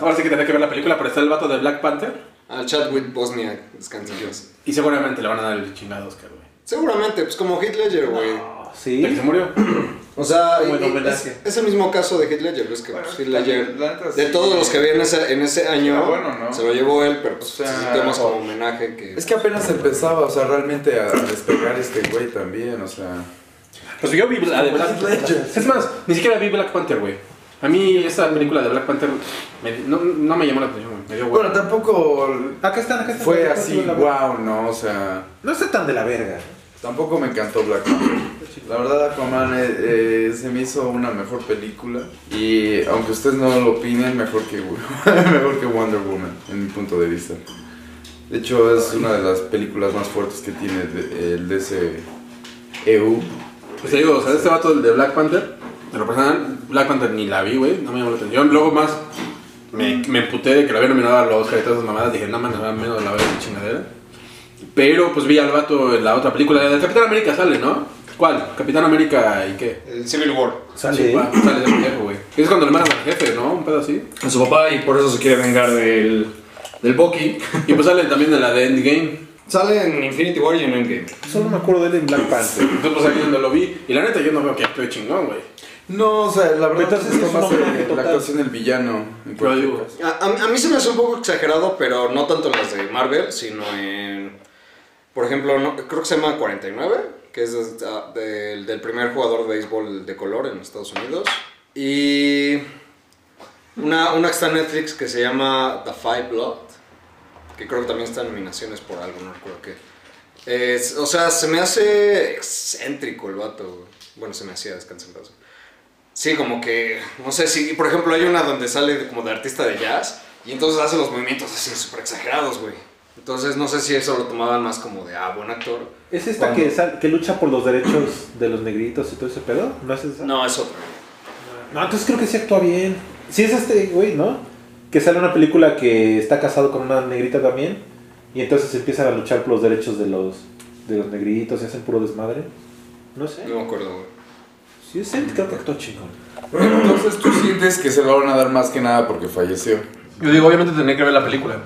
S2: ahora sí que tendrá que ver la película, pero está el vato de Black Panther.
S1: Al Chadwick Bosnia, descansa en Dios.
S2: Y seguramente le van a dar el chingado Oscar, güey.
S1: Seguramente, pues como Heath Ledger, güey.
S3: Ah,
S2: ¿De que
S3: Sí.
S2: se murió?
S1: O sea,
S3: Como en
S1: y- y-
S3: homenaje.
S1: es, es el mismo caso de Heath Ledger, pero es que pues, Heath Ledger,
S4: la neta
S1: de
S4: sí.
S1: todos los que había en ese, en ese año,
S4: Ah, bueno, ¿no?
S1: se lo llevó él, pero pues,
S4: O sea,
S1: sí, temas como homenaje que...
S4: Es que apenas empezaba, o sea, realmente a despegar este güey también, o sea.
S2: Pues yo vi la de Black Panther. Es más, ni siquiera vi Black Panther, güey. A mí esta película de Black Panther me- no, no me llamó la atención, güey. Me dio
S4: Bueno,
S2: hueva.
S4: tampoco
S3: Acá están, acá están.
S4: fue
S3: Acá
S4: así,
S3: están la-
S4: wow, no, o sea.
S3: No está tan de la verga.
S4: Tampoco me encantó Black Panther. La verdad, Aquaman eh, eh, se me hizo una mejor película. Y aunque ustedes no lo opinen, mejor que, mejor que Wonder Woman, en mi punto de vista. De hecho, es una de las películas más fuertes que tiene de- el E DCEU.
S2: Pues te digo, o sea, este vato de Black Panther, de lo personal, Black Panther ni la vi, güey. No me llamó la atención. Luego más, me, me emputé de que la había nominado a los Oscar y todas esas mamadas. Dije, no mames, menos la verga chingadera. Pero pues vi al vato en la otra película. La de Capitán América sale, ¿no? ¿Cuál? Capitán América y qué?
S1: El Civil War.
S3: Sale.
S2: Va, sale del jefe, güey. Es cuando le mandan al jefe, ¿no? Un pedo así.
S7: a su papá y por eso se quiere vengar del, del Bucky.
S2: Y pues sale también de la de Endgame.
S7: Sale en Infinity War y en Endgame.
S3: Solo me acuerdo de él en Black Panther.
S2: Entonces pues ahí donde lo vi. Y la neta yo no veo que actúe chingón, güey.
S4: No, o sea, la verdad
S3: Entonces,
S4: es que
S3: es un
S4: más
S3: homenaje
S4: el- la
S3: total.
S4: actuación del villano.
S2: Pero
S4: en cualquier
S2: digo,
S4: caso.
S1: pues, A, a- a mí se me hace un poco exagerado, pero no tanto en las de Marvel, sino en. Por ejemplo, no- creo que se llama 49, que es des- ah, del, del primer jugador de béisbol de color en Estados Unidos. Y. Una, una que está en Netflix que se llama The Five Blood, que creo que también está en nominaciones por algo, no recuerdo qué. Es- o sea, se me hace excéntrico el vato. güey. Bueno, se me hacía descanso en paz. Sí, como que, no sé si, por ejemplo, hay una donde sale de- como de artista de jazz Y entonces hace los movimientos así súper exagerados, güey. Entonces no sé si eso lo tomaban más como de, ah, buen actor.
S3: ¿Es esta que, sal- que lucha por los derechos de los negritos y todo ese pedo? ¿No es esa?
S1: No, es otro.
S3: No, entonces creo que sí actúa bien. Sí es este güey, ¿no? Que sale una película que está casado con una negrita también. Y entonces empiezan a luchar por los derechos de los, de los negritos y hacen puro desmadre. No sé.
S1: No me acuerdo, güey.
S3: Sí es él, creo que actúa chingón.
S4: Entonces tú sientes que se lo van a dar más que nada porque falleció.
S2: Yo digo, obviamente tendría que ver la película.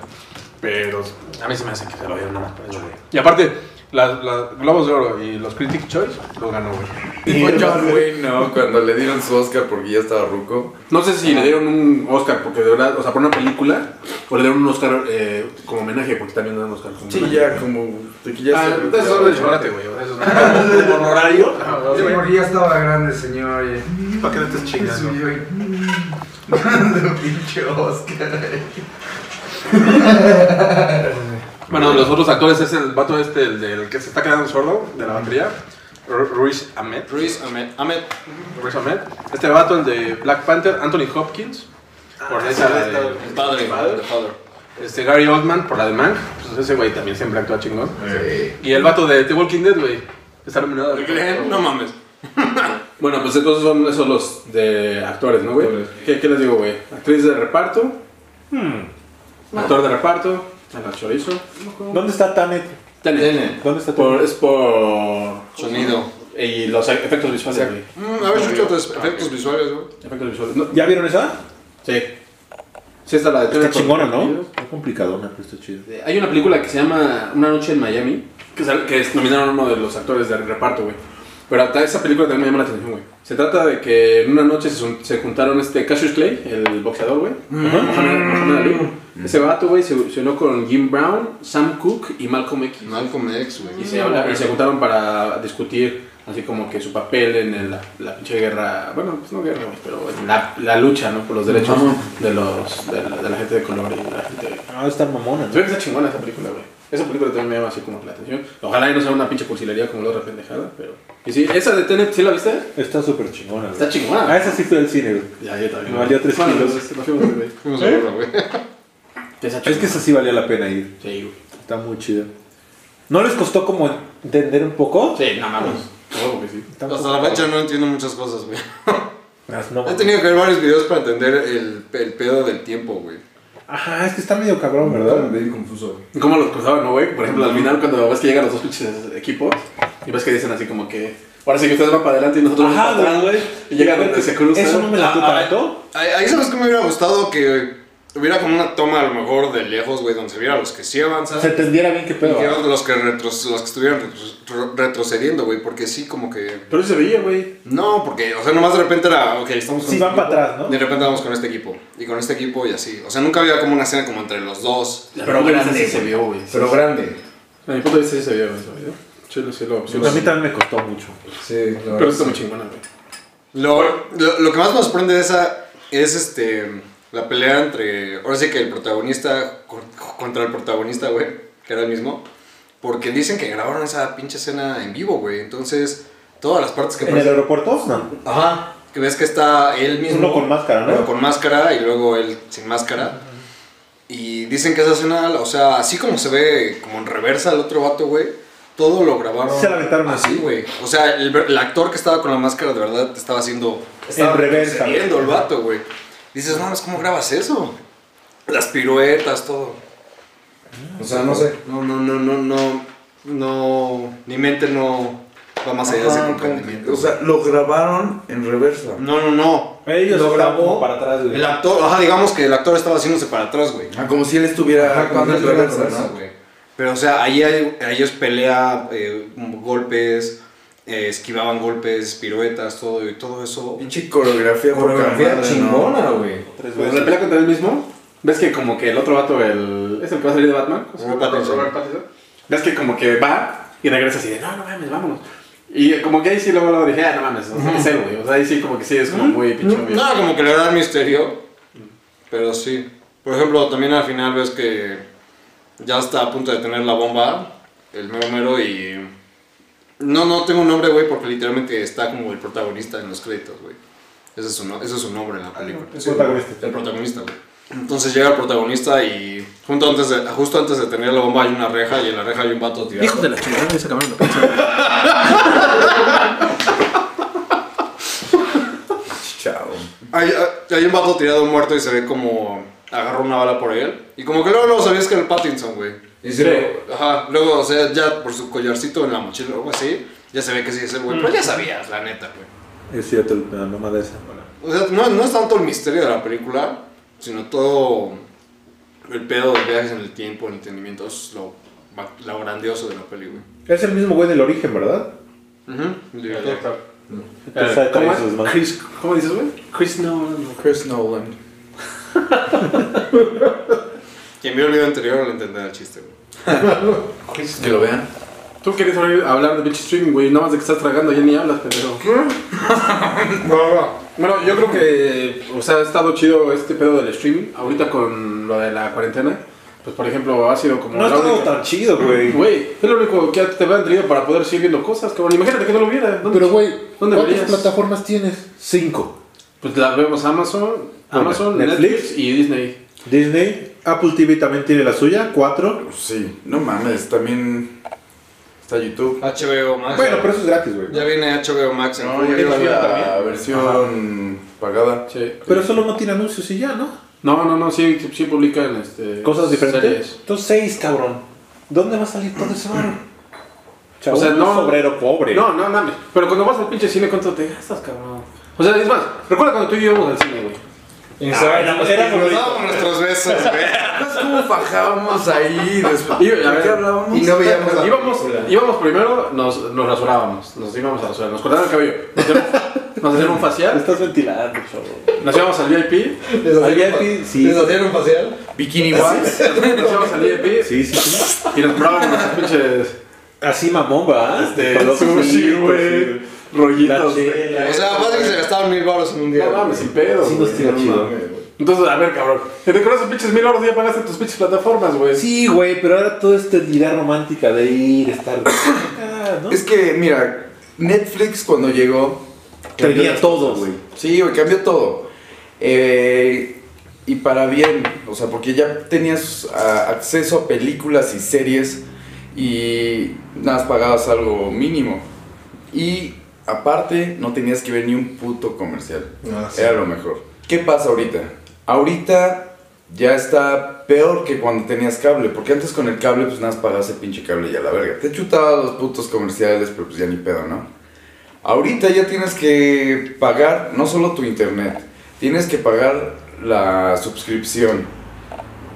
S2: Pero a mí se me hace que se lo dieron nada más por eso, güey. Y aparte, las, las Globos de Oro y los Critic Choice lo ganó, güey.
S4: Tipo John Wayne, ¿no? Cuando le dieron su Oscar porque ya estaba ruco.
S2: No sé si le dieron un Oscar, porque de verdad, o sea, por una película, o le dieron un Oscar eh, como homenaje, porque también le dan Oscar como
S4: Sí,
S2: homenaje.
S4: ya como... De que ya
S2: Ah,
S4: se-
S2: entonces
S4: ya-
S2: solo de chocolate, güey. Eso es un honorario.
S8: Sí, porque ya estaba grande, señor. Y
S6: ¿Para qué no estés
S8: y
S6: chingando?
S8: subió y. Dando pinche Oscar.
S2: Bueno, de los otros actores es el vato este, el del que se está quedando sordo, de la batería, Ru- Ruiz Ahmed.
S1: Ruiz Ahmed. Ahmed.
S2: Ruiz Ahmed. Este vato, el de Black Panther, Anthony Hopkins,
S8: Ah,
S2: por esa la de-
S1: El padre. El
S2: Padre.
S1: padre.
S2: Este Gary Oldman, por la de Mank. Pues ese güey también siempre actúa chingón.
S4: Eh,
S2: Y el vato de The Walking Dead, güey, está nominado. al-
S1: No mames.
S2: Bueno, pues entonces son esos los de actores, ¿no, güey?
S7: Actores.
S2: ¿Qué, qué les digo, güey? Actriz de reparto. Actor de reparto. A la chorizo.
S3: ¿Dónde está Tanet?
S2: Tenet.
S3: ¿Dónde está
S2: Por-
S3: Tanet?
S2: es por...
S1: Sonido.
S2: Y los e-, efectos visuales, güey.
S1: Mm, a ver, escucho tus efectos visuales, güey.
S2: Efectos visuales. No,
S3: ¿Ya vieron esa?
S2: sí. Sí, está la de
S3: Está
S2: Tenet por-
S3: chingona, ¿no? Está complicadona, pero está chida.
S2: Este, Hay una película que se llama Una noche en Miami, que, sal- que es- nominaron a uno de los actores del reparto, güey. Pero hasta esa película también me llama la atención, güey. Se trata de que en una noche se, sun- se juntaron este Cassius Clay, el boxeador, güey. Muhammad- Muhammad Ali. Ese vato, güey, se unió con Jim Brown, Sam Cooke y Malcolm X.
S1: Malcolm X, güey.
S2: Y se, habla- y se juntaron para discutir así como que su papel en el- la, la pinche guerra, bueno, pues no guerra, güey, pero en la, la lucha, ¿no? Por los derechos de, los, de, la, de la gente de color y de la gente...
S3: Ah, está mamona,
S2: Se
S3: ¿no?
S2: ve que está chingona esa película, güey. Esa película también me llama así como la atención. Ojalá y no sea una pinche cursilería como la otra pendejada, pero... Y sí, esa de Tenet, ¿sí la viste?
S3: Está súper chingona, güey.
S2: Está chingona.
S3: Ah, esa sí fue del cine, güey.
S2: Ya, yo también.
S3: Me valió tres
S2: Bueno,
S3: kilos.
S2: pues, nos fuimos, güey.
S1: Fuimos a verlo, güey.
S2: Esa chingona.
S3: Es que esa sí valía la pena ir.
S2: Sí, güey.
S3: Está muy chida. ¿No les costó como entender un poco?
S2: Sí, nada más.
S3: Ah.
S2: Huevo que sí.
S3: Está un
S1: Hasta
S3: poco-
S1: la fecha no entiendo muchas cosas, güey.
S3: Ah, no,
S1: He tenido que ver varios videos para entender el, el pedo del tiempo, güey.
S3: Ajá, es que está medio cabrón, ¿verdad?
S7: medio confuso. güey.
S2: ¿Cómo los cruzaban, no, güey? Por ejemplo, al final, cuando ves que llegan los dos pinches equipos, y ves que dicen así como que. Ahora sí que ustedes van para adelante y nosotros
S3: Ajá,
S2: vamos para atrás,
S3: güey.
S2: güey. Y llegan donde se cruzan.
S3: Eso no me la
S1: Ah,
S3: comparto.
S1: Ahí, ahí sabes que me hubiera gustado que hubiera como una toma a lo mejor de lejos, güey, donde se viera los que sí avanzan.
S3: Se entendiera bien qué
S1: y
S3: pedo.
S1: que eran los que, retros- los que estuvieran retro- retrocediendo, güey, porque sí, como que...
S2: Pero se veía, güey.
S1: No, porque, o sea, nomás de repente era, ok, estamos con
S3: Sí,
S1: este
S3: van para
S1: equipo,
S3: atrás, ¿no?
S1: De repente vamos con este equipo, y con este equipo, y así. O sea, nunca había como una escena como entre los dos.
S2: Pero grande. se vio, güey.
S7: Pero grande.
S2: A mi punto de vista sí se vio, güey. se vio. Chulo, sí lo. pues, sí lo-
S3: A mí también me costó mucho.
S7: Sí, la verdad
S2: Pero está
S7: sí.
S2: muy chingona, güey.
S1: Lo, lo- lo que más me sorprende de esa es este la pelea entre. Ahora sí que el protagonista con- contra el protagonista, güey, que era el mismo. Porque dicen que grabaron esa pinche escena en vivo, güey. Entonces, todas las partes que
S3: ¿En el
S1: aparecen-
S3: aeropuerto? No.
S1: Ajá. Que ves que está él mismo.
S3: Uno con máscara, ¿no?
S1: Uno con máscara y luego él sin máscara. Y dicen que esa escena, o sea, así como se ve como en reversa el otro vato, güey. Todo lo grabaron.
S3: Se la aventaron
S1: así,
S3: así.
S1: güey. O sea, el, ver- el actor que estaba con la máscara de verdad estaba haciendo. Estaba
S3: reversa.
S1: retrocediendo el vato, güey. Dices, mames, ¿cómo grabas eso? Las piruetas, todo.
S7: O sea, no sé.
S1: No, no, no, no, no. No. Mi mente no va más allá de ese
S4: Ajá,
S1: comprendimiento.
S4: o sea, lo grabaron en reversa.
S1: no, no, no.
S3: Ellos
S1: lo
S3: estaban
S1: grabó
S3: como para atrás, güey.
S1: el actor, ajá, digamos que el actor estaba haciéndose para atrás, güey.
S4: Ah, como si él estuviera
S7: Ajá, como
S4: cuando
S7: si
S4: él
S7: estuviera
S4: reversa,
S7: en
S1: Eso,
S4: ¿no?
S1: güey. Pero, o sea, ahí hay- ahí ellos pelea, eh, golpes, eh, esquivaban golpes, piruetas, todo, y todo eso.
S4: Pinche coreografía, poca
S7: Coreografía
S4: madre, ¿no?
S7: chingona, güey.
S3: Tres
S2: Cuando la
S3: veces.
S2: pelea contra él mismo, ves que como que el otro vato, el. Es el que va a salir de Batman. O sea,
S1: Robert Pattinson.
S2: Robert Pattinson. Ves que como que va y regresa así de, no, no mames, vámonos. Y como que ahí sí luego, luego dije, ah, no mames, o sea, es él, güey. O sea, ahí sí como que sí es como muy pinche obvio.
S1: No, como que le da el misterio. Pero sí. Por ejemplo, también al final ves que ya está a punto de tener la bomba, el mero mero, y. No, no tengo un nombre, güey, porque literalmente está como el protagonista en los créditos, güey. Ese es su, no- ese es su nombre en la película.
S3: Ah, el protagonista.
S1: El protagonista, güey. Entonces llega el protagonista y junto antes de- justo antes de tener la bomba hay una reja y en la reja hay un vato tirado.
S7: Hijos de la chingada, esa cámara no pasa.
S4: Chao.
S1: Hay, hay- hay un vato tirado muerto y se ve como agarra una bala por él. Y como que luego luego sabías que era el Pattinson, güey. Y se lo- ajá, luego, o sea, ya por su collarcito en la mochila o algo así, ya se ve que sí es el güey. Pero ya sabías, la neta, güey.
S3: Es cierto, la mamada esa.
S1: O sea, no, no es tanto el misterio de la película, sino todo el pedo de viajes en el tiempo, el entendimiento. Eso es lo, ma- lo grandioso de la peli, güey.
S3: Es el mismo güey del origen, ¿verdad?
S1: Ujú, el director.
S3: Entonces,
S2: Eh, ¿cómo
S3: trae
S2: es?
S3: sus manos.
S2: Chris, ¿Cómo dices, güey?
S6: Chris no.
S4: Chris Nolan.
S1: Quien vio el video anterior lo entenderá el chiste, güey.
S4: Que lo vean.
S2: Tú quieres abrir- hablar de bitch streaming, güey. Nada más de que estás tragando, ya ni hablas, pendejo. Bueno, yo creo que, o sea, ha estado chido este pedo del streaming. Ahorita con lo de la cuarentena, pues por ejemplo, ha sido como.
S3: No ha
S2: la
S3: estado
S2: única-
S3: tan chido, güey.
S2: Güey, es lo único que te habían tenido para poder seguir viendo cosas, cabrón. Imagínate que no lo viera. ¿dónde-
S7: Pero, güey,
S2: ¿dónde
S7: ¿cuántas
S2: verías?
S7: plataformas tienes?
S3: Cinco.
S2: Pues la vemos Amazon, Amazon,
S3: Netflix.
S2: Netflix, y Disney.
S3: Disney, Apple TV también tiene la suya, cuatro.
S4: Pues Sí, no mames, también está YouTube.
S1: HBO
S2: Ah,
S1: Max.
S3: Bueno, pero eso es gratis, güey.
S1: Ya viene HBO Max en
S4: No,
S1: julio.
S4: ya vieron
S2: También.
S4: la versión pagada.
S2: Sí.
S3: Pero solo no tiene anuncios y ya, ¿no?
S2: No, no, no, sí, sí publican este,
S3: Cosas diferentes.
S2: series.
S3: Entonces seis, cabrón. ¿Dónde va a salir todo ese barro? Chavo,
S2: O sea,
S3: un
S2: no-
S3: obrero pobre.
S2: No, no mames. Pero cuando vas al pinche cine, ¿cuánto te gastas, cabrón? O sea, es más, recuerda cuando tú y yo íbamos al cine, güey.
S3: era como-
S1: Damos nuestros besos, güey.
S4: ¿Sabes cómo fajábamos ahí? Después,
S2: Y, a ver,
S4: hablábamos?
S8: Y no veíamos la
S2: íbamos,
S8: película.
S2: íbamos primero, nos, nos rasurábamos, nos íbamos a rasurar, nos cortaban el cabello, nos hacíamos, nos hacían un facial,
S3: Estás ventilando, chavo.
S2: nos íbamos al VIP,
S8: ¿Les
S3: Al
S8: hacían
S3: VIP,
S8: un-
S3: sí.
S8: ¿Les hacían un facial?
S4: Bikini Wax.
S2: nos íbamos al VIP
S3: Sí, sí, sí.
S2: y nos probaban nuestros pinches
S3: Así mamón, va. Este,
S2: sushi, güey, rollitos.
S1: O sea, aparte que se gastaron mil baros en un día.
S2: No
S1: güey.
S2: mames, sin pedo.
S3: Sí,
S2: güey.
S3: nos tira chido.
S2: Entonces, a ver, cabrón, te con esos pinches mil horas ya pagaste tus pinches plataformas, güey.
S3: Sí, güey, pero ahora toda esta idea romántica de ir, estar. Ah, ¿no?
S4: Es que, mira, Netflix cuando llegó.
S3: Tenía
S4: cambió-
S3: todo, güey.
S4: Sí, güey, cambió todo. Eh, y para bien, o sea, porque ya tenías a- acceso a películas y series y nada más pagabas algo mínimo. Y aparte, no tenías que ver ni un puto comercial.
S8: Ah, sí.
S4: Era lo mejor. ¿Qué pasa ahorita? Ahorita ya está peor que cuando tenías cable, porque antes con el cable pues nada más pagabas el pinche cable y a la verga. Te chutabas los putos comerciales, pero pues ya ni pedo, ¿no? Ahorita ya tienes que pagar no solo tu internet, tienes que pagar la suscripción.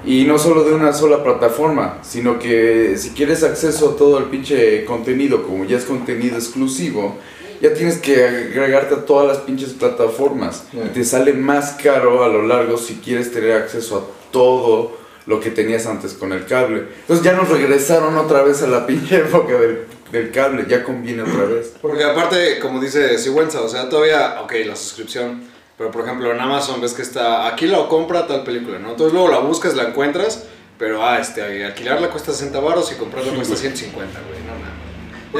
S4: Y no solo de una sola plataforma, sino que si quieres acceso a todo el pinche contenido, como ya es contenido exclusivo, ya tienes que agregarte a todas las pinches plataformas. Y te sale más caro a lo largo si quieres tener acceso a todo lo que tenías antes con el cable. Entonces ya nos regresaron otra vez a la pinche época del, del cable, ya conviene otra vez.
S1: Porque aparte, como dice Sigüenza, o sea, todavía, ok, la suscripción. Pero por ejemplo, en Amazon ves que está, aquí la compra tal película, ¿no? Entonces luego la buscas, la encuentras, pero ah, este, alquilarla cuesta 60 baros y comprarla cuesta 150, güey, no mames.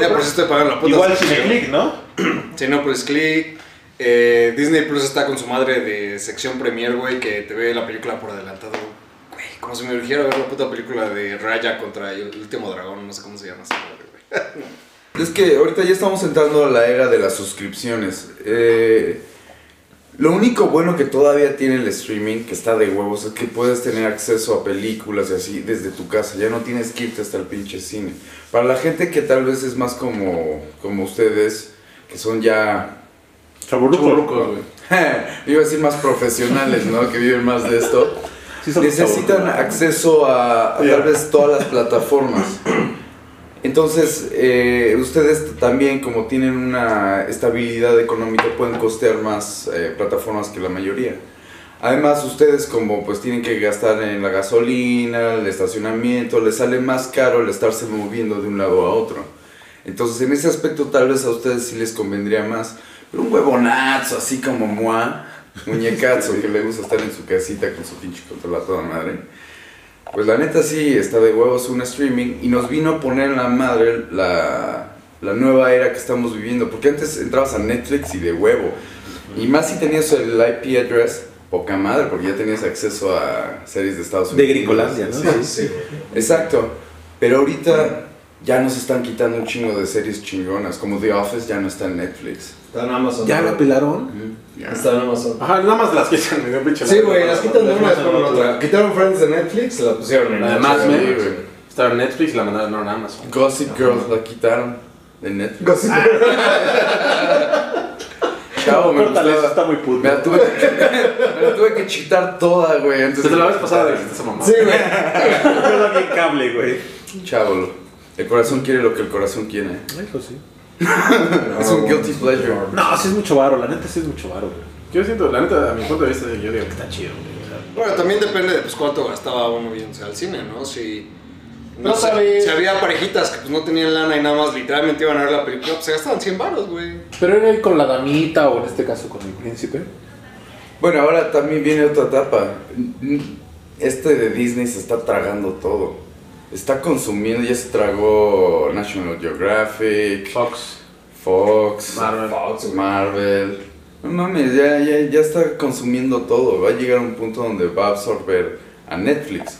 S1: Ya por eso estoy pagando la puta
S3: Igual
S1: suscripción.
S3: Cineclick, ¿no?
S1: Cinepolis Click. eh, Disney Plus está con su madre de sección premier, güey, que te ve la película por adelantado. Güey, como si me urgiera ver la puta película de Raya contra el último dragón, no sé cómo se llama esa madre, güey.
S4: Es que ahorita ya estamos entrando a la era de las suscripciones. Eh, lo único bueno que todavía tiene el streaming, que está de huevos, es que puedes tener acceso a películas y así desde tu casa. Ya no tienes que irte hasta el pinche cine. Para la gente que tal vez es más como, como ustedes, que son ya...
S3: Chaburuco.
S2: Chavorrucos, güey.
S4: iba a decir más profesionales, ¿no? Que viven más de esto.
S3: Sí, somos
S4: Necesitan
S3: chavorrucos.
S4: acceso a, a tal vez todas las plataformas. Entonces, eh, ustedes t- también, como tienen una estabilidad económica, pueden costear más eh, plataformas que la mayoría. Además, ustedes como pues tienen que gastar en la gasolina, el estacionamiento, les sale más caro el estarse moviendo de un lado a otro. Entonces, en ese aspecto tal vez a ustedes sí les convendría más. Pero un huevonazo, así como moi, muñecazo, que le gusta estar en su casita con su pinche control a toda madre. Pues la neta sí, está de huevos un streaming y nos vino a poner en la madre la, la nueva era que estamos viviendo. Porque antes entrabas a Netflix y de huevo. Y más si tenías el IP address, poca madre, porque ya tenías acceso a series de Estados
S3: De
S4: Unidos.
S3: Gringolandia, ¿no?
S4: Sí, sí. Exacto. Pero ahorita ya nos están quitando un chingo de series chingonas, como The Office ya no está en Netflix.
S5: Está en Amazon.
S3: ¿Ya la pelaron?
S4: Ya.
S5: Está en Amazon.
S2: Ajá, nada más las quitan, me dio un pinche
S5: Sí,
S2: lata.
S5: güey, las quitan de una
S6: Las
S5: vez por
S6: mandan a
S5: otra. Quitaron Friends de Netflix y la pusieron en
S2: La de
S5: Amazon.
S2: Mad
S4: Sí,
S2: Men
S4: güey.
S2: estaba en Netflix y la mandaron a Amazon.
S4: Gossip Girl la quitaron de Netflix.
S5: Gossip Girl.
S4: Chavo, me
S3: Córtale, eso
S4: gustaba.
S3: está muy puto.
S4: Me la tuve que, me la tuve que chitar toda, güey. antes
S2: Desde
S4: de-
S2: la vez pasada dijiste esa mamá.
S5: Sí, güey.
S3: Yo la vi en cable, güey.
S4: Chavo, el corazón quiere lo que el corazón quiere.
S3: Eso sí.
S4: Es un guilty pleasure.
S3: No, sí es mucho varo, la neta sí es mucho varo, güey.
S2: Yo siento, la neta, a mi punto de vista, yo digo que está chido, güey. o sea,
S1: Bueno, también depende de pues, cuánto gastaba uno yéndose al cine, ¿no? Si, no
S5: No
S1: sé,
S5: sabes.
S1: si había parejitas que pues, no tenían lana y nada más literalmente iban a ver la película, pues se gastaban 100 baros, güey.
S7: Pero era ir con la damita o en este caso con el príncipe.
S4: Bueno, ahora también viene otra etapa. Este de Disney se está tragando todo. Está consumiendo, ya se tragó National Geographic,
S2: Fox.
S4: Fox,
S2: Marvel.
S4: Marvel. No mames, ya, ya, ya está consumiendo todo. Va a llegar un punto donde va a absorber a Netflix.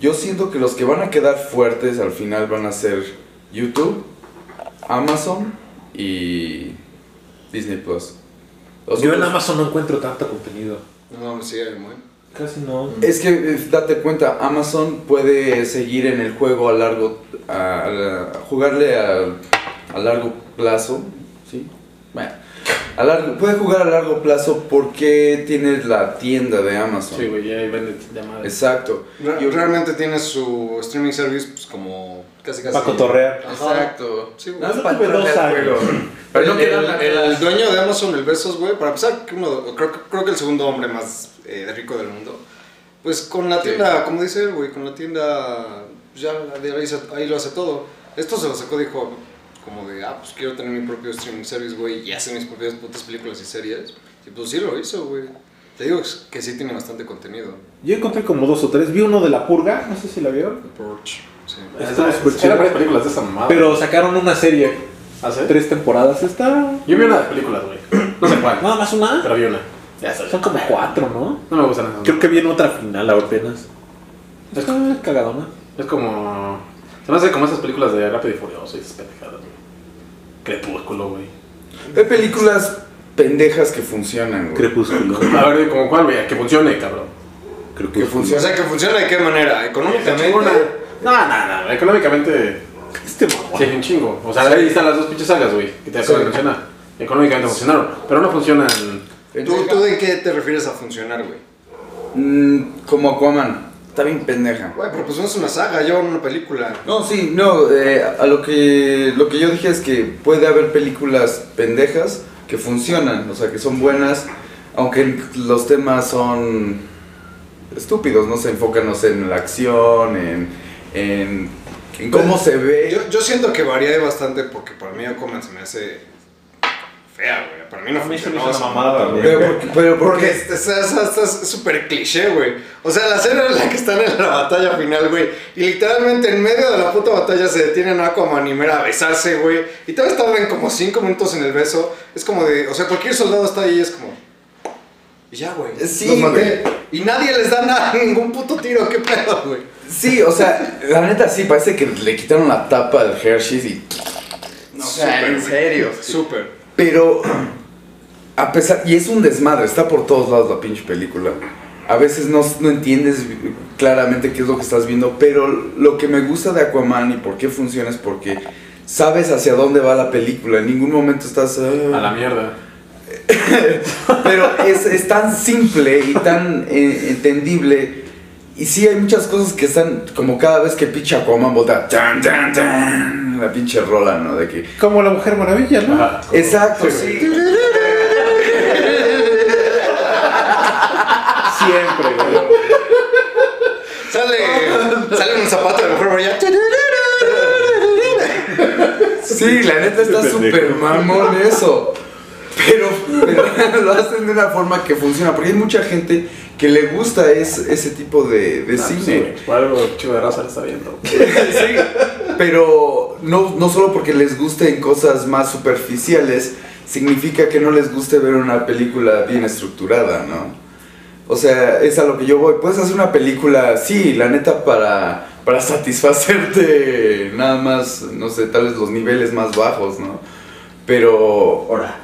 S4: Yo siento que los que van a quedar fuertes al final van a ser YouTube, Amazon y Disney Plus. Los
S3: Yo en
S4: otros-
S3: Amazon no encuentro tanto contenido.
S1: No, sí, era muy.
S3: Casi no.
S4: Es que eh, date cuenta, Amazon puede seguir en el juego a largo, a, a- jugarle a, a largo plazo, sí. Bueno, a largo, puede jugar a largo plazo porque tiene la tienda de Amazon.
S2: Sí, güey, ya ahí vende de madre.
S4: Exacto.
S1: Re-
S4: Y-
S1: realmente tiene su streaming service pues como casi casi.
S3: Para cotorrear.
S4: Exacto.
S1: Sí, güey.
S4: Nada más
S3: Yo
S4: para
S3: tuve dos
S4: entrar al
S3: años.
S4: juego. Pero
S1: Pero
S4: no
S1: el,
S4: queda la-
S1: el- el dueño de Amazon, el Besos, güey, para empezar, que uno, creo, que- creo que el segundo hombre más eh, rico del mundo, pues con la
S4: Sí.
S1: tienda, como dice él, güey, con la tienda, pues ya la de ahí, se- ahí lo hace todo. Esto se lo sacó, dijo, como de, ah, pues quiero tener mi propio streaming service, güey, y hacer mis propias putas películas y series. Y pues sí lo hizo, güey. Te digo que sí tiene bastante contenido.
S3: Yo encontré como dos o tres. Vi uno de La Purga, no sé si la vieron.
S1: Porch, sí.
S3: Estuvo
S2: Era-
S3: súper
S2: Era
S3: chido.
S2: varias películas de esa mamada.
S3: Pero sacaron una serie.
S2: ¿Ah, sí?
S3: Tres temporadas. Está.
S2: Yo vi una de películas, güey. No sé cuál,
S3: Nada más una.
S2: pero vi una.
S3: Son como cuatro, ¿no?
S2: No me gustan esas.
S3: Creo que viene otra final ahora apenas. Está cagadona.
S2: Es como. Se me hace como esas películas de Rápido y Furioso y esas pendejadas, güey. Crepúsculo, güey.
S4: Hay películas pendejas que funcionan, güey.
S3: Crepúsculo.
S2: A ver, como cuál, güey, que funcione, cabrón.
S4: Que
S1: O
S4: funcionan.
S1: sea, que funciona de qué manera, económicamente.
S2: Ninguna. No, no, no, económicamente.
S3: Este mamón.
S2: Sí, hay un chingo. O sea, ahí están las dos pinches sagas, güey, que te acabo de mencionar. Económicamente funcionaron, pero no funcionan.
S1: ¿Tú, ¿Tú de qué te refieres a funcionar, güey?
S4: Mm, como Aquaman. Está bien pendeja.
S1: Güey, pero pues no es una saga, yo una película.
S4: No, sí, no, eh, a lo que, lo que yo dije es que puede haber películas pendejas que funcionan, o sea, que son buenas, aunque los temas son estúpidos, no se enfocan, no sé, en la acción, en, en, en cómo se ve.
S1: Eh, Yo, yo siento que varía bastante porque para mí Aquaman se me hace fea, güey. Para mí no
S6: A mí se me
S1: funcionó
S6: hizo una
S1: esa
S6: mamada
S1: mamada,
S3: Este
S6: también.
S4: Pero, por- pero por
S1: Porque
S4: qué?
S1: es- es- es- es- es súper cliché, güey. O sea, la escena en la que están en la batalla final, güey. Y literalmente en medio de la puta batalla se detienen Aquaman y Mera a besarse, güey. Y tal vez tardan como 5 minutos en el beso. Es como de. O sea, cualquier soldado está ahí y es como. Y ya, güey.
S4: Eh, Sí,
S1: Los maté.
S4: güey.
S1: Y nadie les da nada, ningún puto tiro. ¿Qué pedo, güey?
S4: Sí, o sea, la neta sí, parece que le quitaron la tapa al Hershey's y... No, o sea,
S1: Súper,
S4: en
S1: güey.
S4: serio.
S1: Súper.
S4: Pero, a pesar, y es un desmadre, está por todos lados la pinche película. A veces no, no entiendes claramente qué es lo que estás viendo, pero lo que me gusta de Aquaman y por qué funciona es porque sabes hacia dónde va la película. En ningún momento estás. "Ah".
S2: A la mierda.
S4: Pero es, es tan simple y tan eh, entendible. Y sí, hay muchas cosas que están como cada vez que pinche Aquaman voltea. Tan, tan, tan, la pinche rola, ¿no? De que.
S3: Como la Mujer Maravilla, ¿no?
S2: Ajá.
S4: Exacto, sí.
S3: Siempre, güey.
S2: Ah,
S1: Sale, sale un zapato de mujer maravilla.
S4: Sí, la neta está
S3: Pendejo.
S4: súper mamón eso. Pero, pero lo hacen de una forma que funciona. Porque hay mucha gente que le gusta es, ese tipo de, de
S2: Ah, pues,
S4: cine.
S2: güey, por algo chido de raza la está viendo.
S4: Sí, Pero no, no solo porque les gusten cosas más superficiales, significa que no les guste ver una película bien estructurada, ¿no? O sea, es a lo que yo voy. Puedes hacer una película, sí, la neta, para, para satisfacerte nada más, no sé, tal vez los niveles más bajos, ¿no? Pero
S5: Ahora.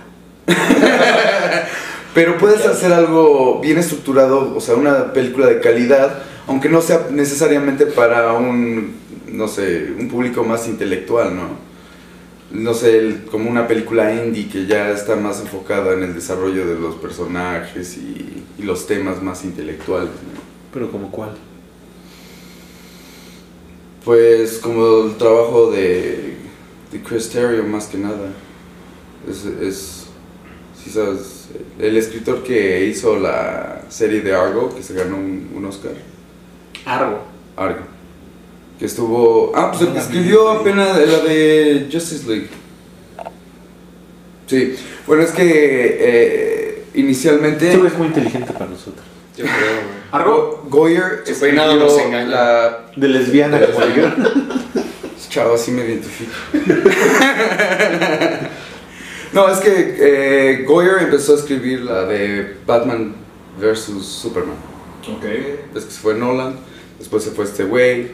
S4: pero puedes hacer algo bien estructurado, o sea, una película de calidad, aunque no sea necesariamente para un, no sé, un público más intelectual, ¿no? No sé, el- como una película indie que ya está más enfocada en el desarrollo de los personajes y, y los temas más intelectuales, ¿no?
S3: Pero como cuál.
S4: Pues como el trabajo de, de Chris Terrio más que nada. Es, es, sí sabes, el escritor que hizo la serie de Argo, que se ganó un, un Oscar.
S2: Argo.
S4: Argo. Que estuvo... Ah, pues el que escribió apenas eh, la de Justice League. Sí. Bueno, es que eh, inicialmente...
S3: Tú eres Este muy inteligente para nosotros.
S1: Yo creo, güey.
S2: Argo.
S4: Goyer
S1: Su peinado nos engaña.
S4: la
S3: De lesbiana.
S4: Chavo, así me identifico. no, es que eh, Goyer empezó a escribir la de Batman vs. Superman.
S7: Ok.
S4: Después que se fue Nolan, después se fue este güey,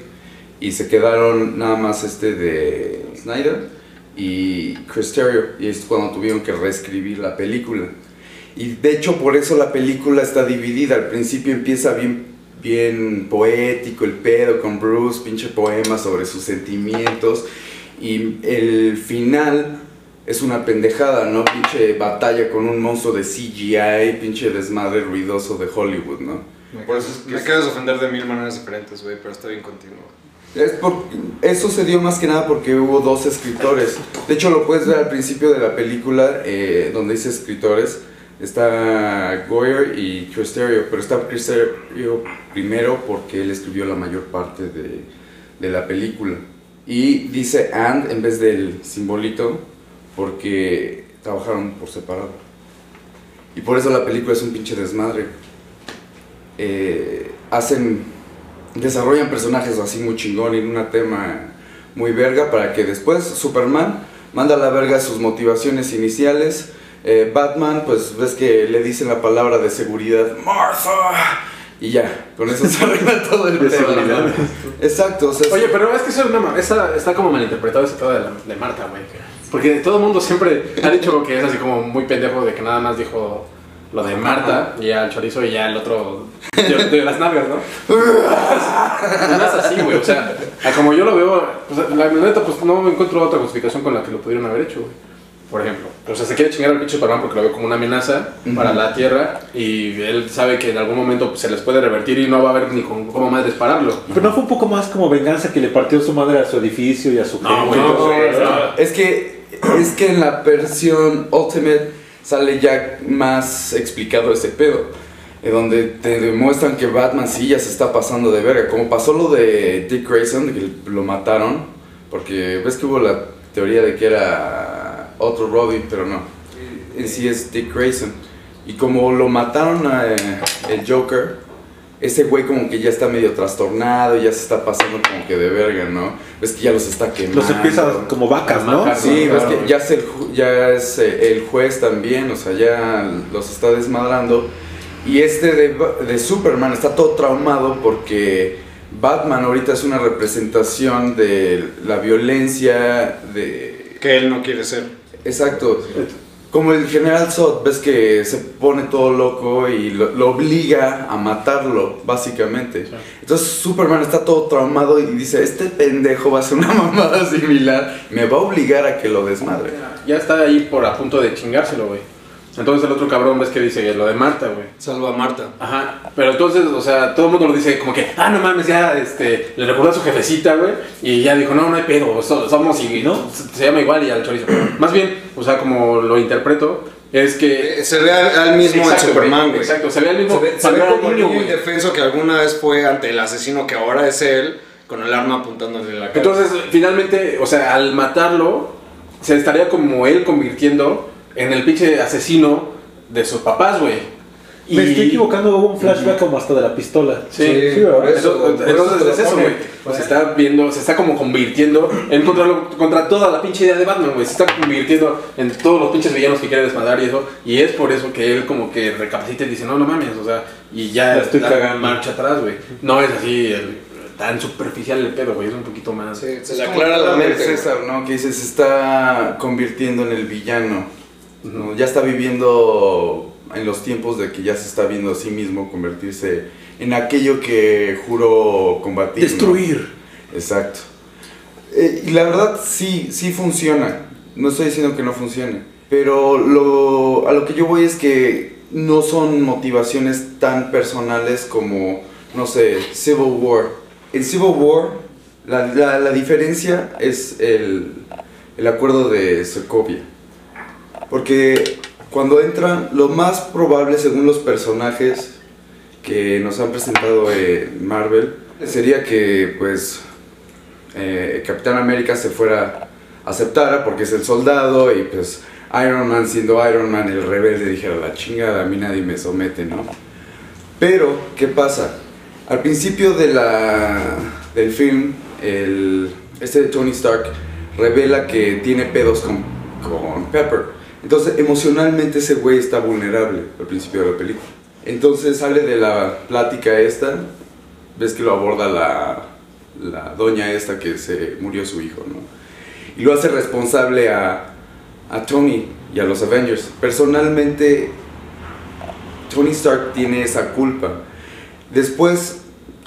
S4: y se quedaron nada más este de Snyder y Chris Terrio, y es cuando tuvieron que reescribir la película. Y de hecho por eso la película está dividida, al principio empieza bien, bien poético el pedo con Bruce, pinche poema sobre sus sentimientos, y el final es una pendejada, ¿no? Pinche batalla con un monstruo de CGI, pinche desmadre ruidoso de Hollywood, ¿no?
S1: Por eso es que me acabas de ofender de mil maneras diferentes, güey, pero está bien continuo.
S4: Es por- eso se dio más que nada porque hubo dos escritores. De hecho, lo puedes ver al principio de la película, eh, donde dice escritores. Está Goyer y Chris Terrio, pero está Chris Terrio primero porque él escribió la mayor parte de, de la película. Y dice and en vez del simbolito porque trabajaron por separado. Y por eso la película es un pinche desmadre. Eh, hacen desarrollan personajes así muy chingón en una tema muy verga para que después Superman manda a la verga sus motivaciones iniciales. eh, Batman, pues ves que le dicen la palabra de seguridad, Martha, y ya, con eso se arregla todo el
S3: De
S4: pedo, ¿no?
S3: seguridad.
S4: Exacto, o sea,
S2: Oye, pero es que eso es una ma- esa- está como malinterpretado ese pedo de, la- de Marta, güey. Porque todo el mundo siempre ha dicho que es así como muy pendejo de que nada más dijo lo de Marta y ya el chorizo y ya el otro de, de las nalgas, ¿no? no es así, güey. O sea, a como yo lo veo, pues, la neta, pues no encuentro otra justificación con la que lo pudieron haber hecho, güey. Por ejemplo, o sea, se quiere chingar al pinche Superman porque lo ve como una amenaza para la Tierra y él sabe que en algún momento pues, se les puede revertir y no va a haber ni con, cómo madres pararlo.
S3: Pero no fue un poco más como venganza que le partió su madre a su edificio y a su gente.
S2: güey, no, güey, no.
S4: es que es que en la versión Ultimate sale ya más explicado ese pedo. eh, donde te demuestran que Batman sí ya se está pasando de verga. Como pasó lo de Dick Grayson, de que lo mataron. Porque ves que hubo la teoría de que era otro Robin, pero no. En sí es Dick Grayson. Y como lo mataron a, eh, el Joker, ese güey como que ya está medio trastornado, ya se está pasando como que de verga, ¿no? Ves que ya los está quemando.
S3: Los empieza como vacas, ¿no?
S2: Ah, Vacas.
S4: Sí,
S2: Claro,
S4: ves que
S2: güey.
S4: ya es, el, ju- ya es eh, el juez también, o sea, ya los está desmadrando. Y este de, Ba- de Superman está todo traumado porque Batman ahorita es una representación de la violencia, de...
S1: Que él no quiere ser.
S4: Exacto. Como el general Zod, ves que se pone todo loco y lo, lo obliga a matarlo, básicamente. Entonces Superman está todo traumado y dice, este pendejo va a hacer una mamada similar, me va a obligar a que lo desmadre.
S2: Ya está ahí por a punto de chingárselo, güey. Entonces el otro cabrón ves que dice lo de Marta, güey.
S1: Salva a Marta.
S2: Ajá. Pero entonces, o sea, todo el mundo lo dice como que, ah, no mames, ya este, le recordó a su jefecita, güey. Y ya dijo, no, no hay pedo, so- somos y no, se, se llama igual y al chorizo. Más bien, o sea, como lo interpreto, es que.
S1: Eh, Se ve al, al mismo en
S2: Exacto,
S1: Superman, güey.
S2: Exacto, se ve el
S1: Se
S2: mismo.
S1: ve, se ve
S2: Cuando era
S1: como el
S2: niño,
S1: niño
S2: güey.
S1: indefenso que alguna vez fue ante el asesino que ahora es él, con el arma apuntándole en la cara.
S2: Entonces, finalmente, o sea, al matarlo, se estaría como él convirtiendo en el pinche asesino de sus papás, güey.
S3: Me estoy equivocando, hubo un flashback como hasta de la pistola.
S2: Sí,
S3: sí,
S2: por
S3: ¿verdad?
S2: eso,
S4: Por eso te
S2: entonces
S4: lo
S2: es eso,
S4: pone.
S2: güey. O Se está viendo, se está como convirtiendo en contra, lo- contra toda la pinche idea de Batman, güey. Se está convirtiendo en todos los pinches villanos que quiere desmadrar y eso. Y es por eso que él como que recapacita y dice, no, no mames, o sea, y ya
S3: La estoy
S2: da
S3: cagando.
S2: marcha atrás, güey. No es así el- tan superficial el pedo, güey. Es un poquito más...
S1: Sí, se
S4: Es
S1: le
S4: como
S1: aclara
S4: la
S1: la
S4: de
S1: mente.
S4: César, ¿no? Que dice, se está convirtiendo en el villano. ¿no? Ya está viviendo en los tiempos de que ya se está viendo a sí mismo convertirse en aquello que juró combatir. ¿no? Exacto. Eh, y la verdad sí, sí funciona. No estoy diciendo que no funcione. Pero lo, a lo que yo voy es que no son motivaciones tan personales como, no sé, Civil War. En Civil War, la, la- la diferencia es el, el acuerdo de Sokovia. Porque cuando entran, lo más probable, según los personajes que nos han presentado en Marvel, sería que, pues, eh, Capitán América se fuera, aceptara porque es el soldado y pues Iron Man siendo Iron Man el rebelde dijera la chingada, a mí nadie me somete, ¿no? Pero, ¿qué pasa? Al principio de la, del film, el, este Tony Stark revela que tiene pedos con, con Pepper. Entonces, emocionalmente ese güey está vulnerable al principio de la película. Entonces sale de la plática esta, ves que lo aborda la, la doña esta que se murió su hijo, ¿no? Y lo hace responsable a, a Tony y a los Avengers. Personalmente, Tony Stark tiene esa culpa. Después,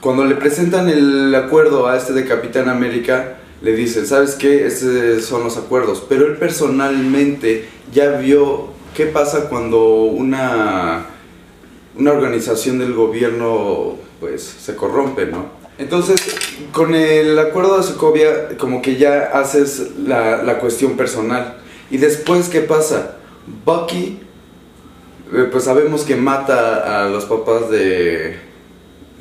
S4: cuando le presentan el acuerdo a este de Capitán América, le dicen, ¿sabes qué? Estos son los acuerdos. Pero él personalmente ya vio qué pasa cuando una, una organización del gobierno pues se corrompe, ¿no? Entonces, con el acuerdo de Sokovia, como que ya haces la, la cuestión personal. Y después, ¿qué pasa? Bucky, eh, pues sabemos que mata a los papás de,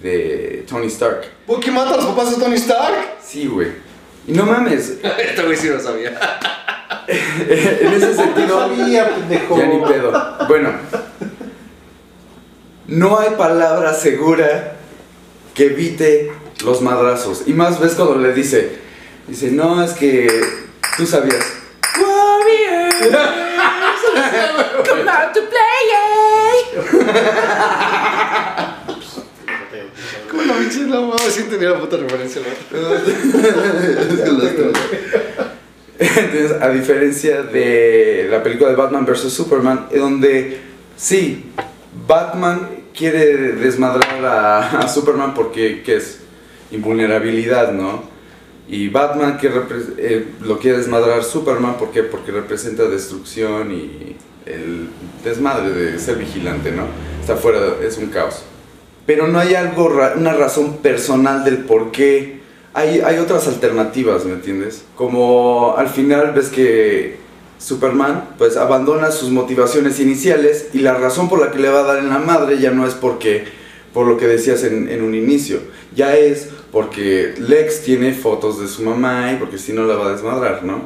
S4: de Tony Stark.
S1: ¿Por qué mata a los papás de Tony Stark?
S4: Sí, güey. Y no mames,
S1: Este güey sí lo sabía.
S4: en ese sentido...
S3: Sabía, pendejo.
S4: Ya ni pedo. Bueno, no hay palabra segura que evite los madrazos. Y más ves cuando le dice, dice, no, es que tú sabías.
S1: ¿Cómo la pinche la mamá sí tenía la puta referencia, ¿no?
S4: Entonces, a diferencia de la película de Batman vs. Superman, en donde sí, Batman quiere desmadrar a, a Superman porque ¿qué es invulnerabilidad, ¿no? Y Batman que repre- eh, lo quiere desmadrar Superman ¿por qué? porque representa destrucción y el desmadre de ser vigilante, ¿no? Está fuera, es un caos. Pero no hay algo, ra- una razón personal del por qué. Hay, hay otras alternativas, ¿me entiendes? Como al final ves que Superman pues abandona sus motivaciones iniciales y la razón por la que le va a dar en la madre ya no es porque, por lo que decías en, en un inicio, ya es porque Lex tiene fotos de su mamá y porque si no la va a desmadrar, ¿no?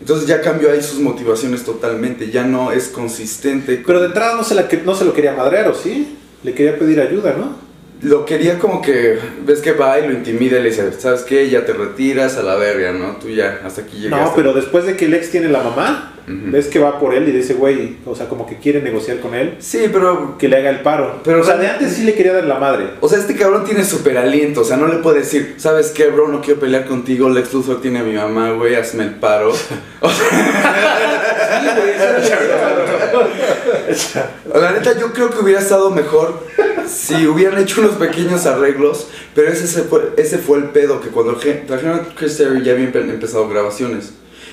S4: Entonces ya cambió ahí sus motivaciones totalmente, ya no es consistente. con-
S3: Pero de entrada no se, la que- no se lo quería madrear, ¿o sí? Le quería pedir ayuda, ¿no?
S4: Lo quería como que, ves que va y lo intimida y le dice, ¿sabes qué? Ya te retiras a la verga, ¿no? Tú ya, hasta aquí llegaste.
S3: No, pero después de que Lex tiene la mamá,
S4: Ujú.
S3: ves que va por él y dice, güey, o sea, como que quiere negociar con él,
S4: Sí, pero...
S3: que le haga el paro.
S4: Pero,
S3: o sea,
S4: o sea,
S3: de antes sí le quería dar la madre.
S4: O sea, este cabrón tiene súper aliento, o sea, no le puede decir, ¿sabes qué, bro? No quiero pelear contigo, Lex Luthor tiene a mi mamá, güey, hazme el paro. La neta, yo creo que hubiera estado mejor si hubieran hecho unos pequeños arreglos, pero ese, se fue, ese fue el pedo, que cuando gen- trajeron a Chris Terry ya habían empe- empezado grabaciones.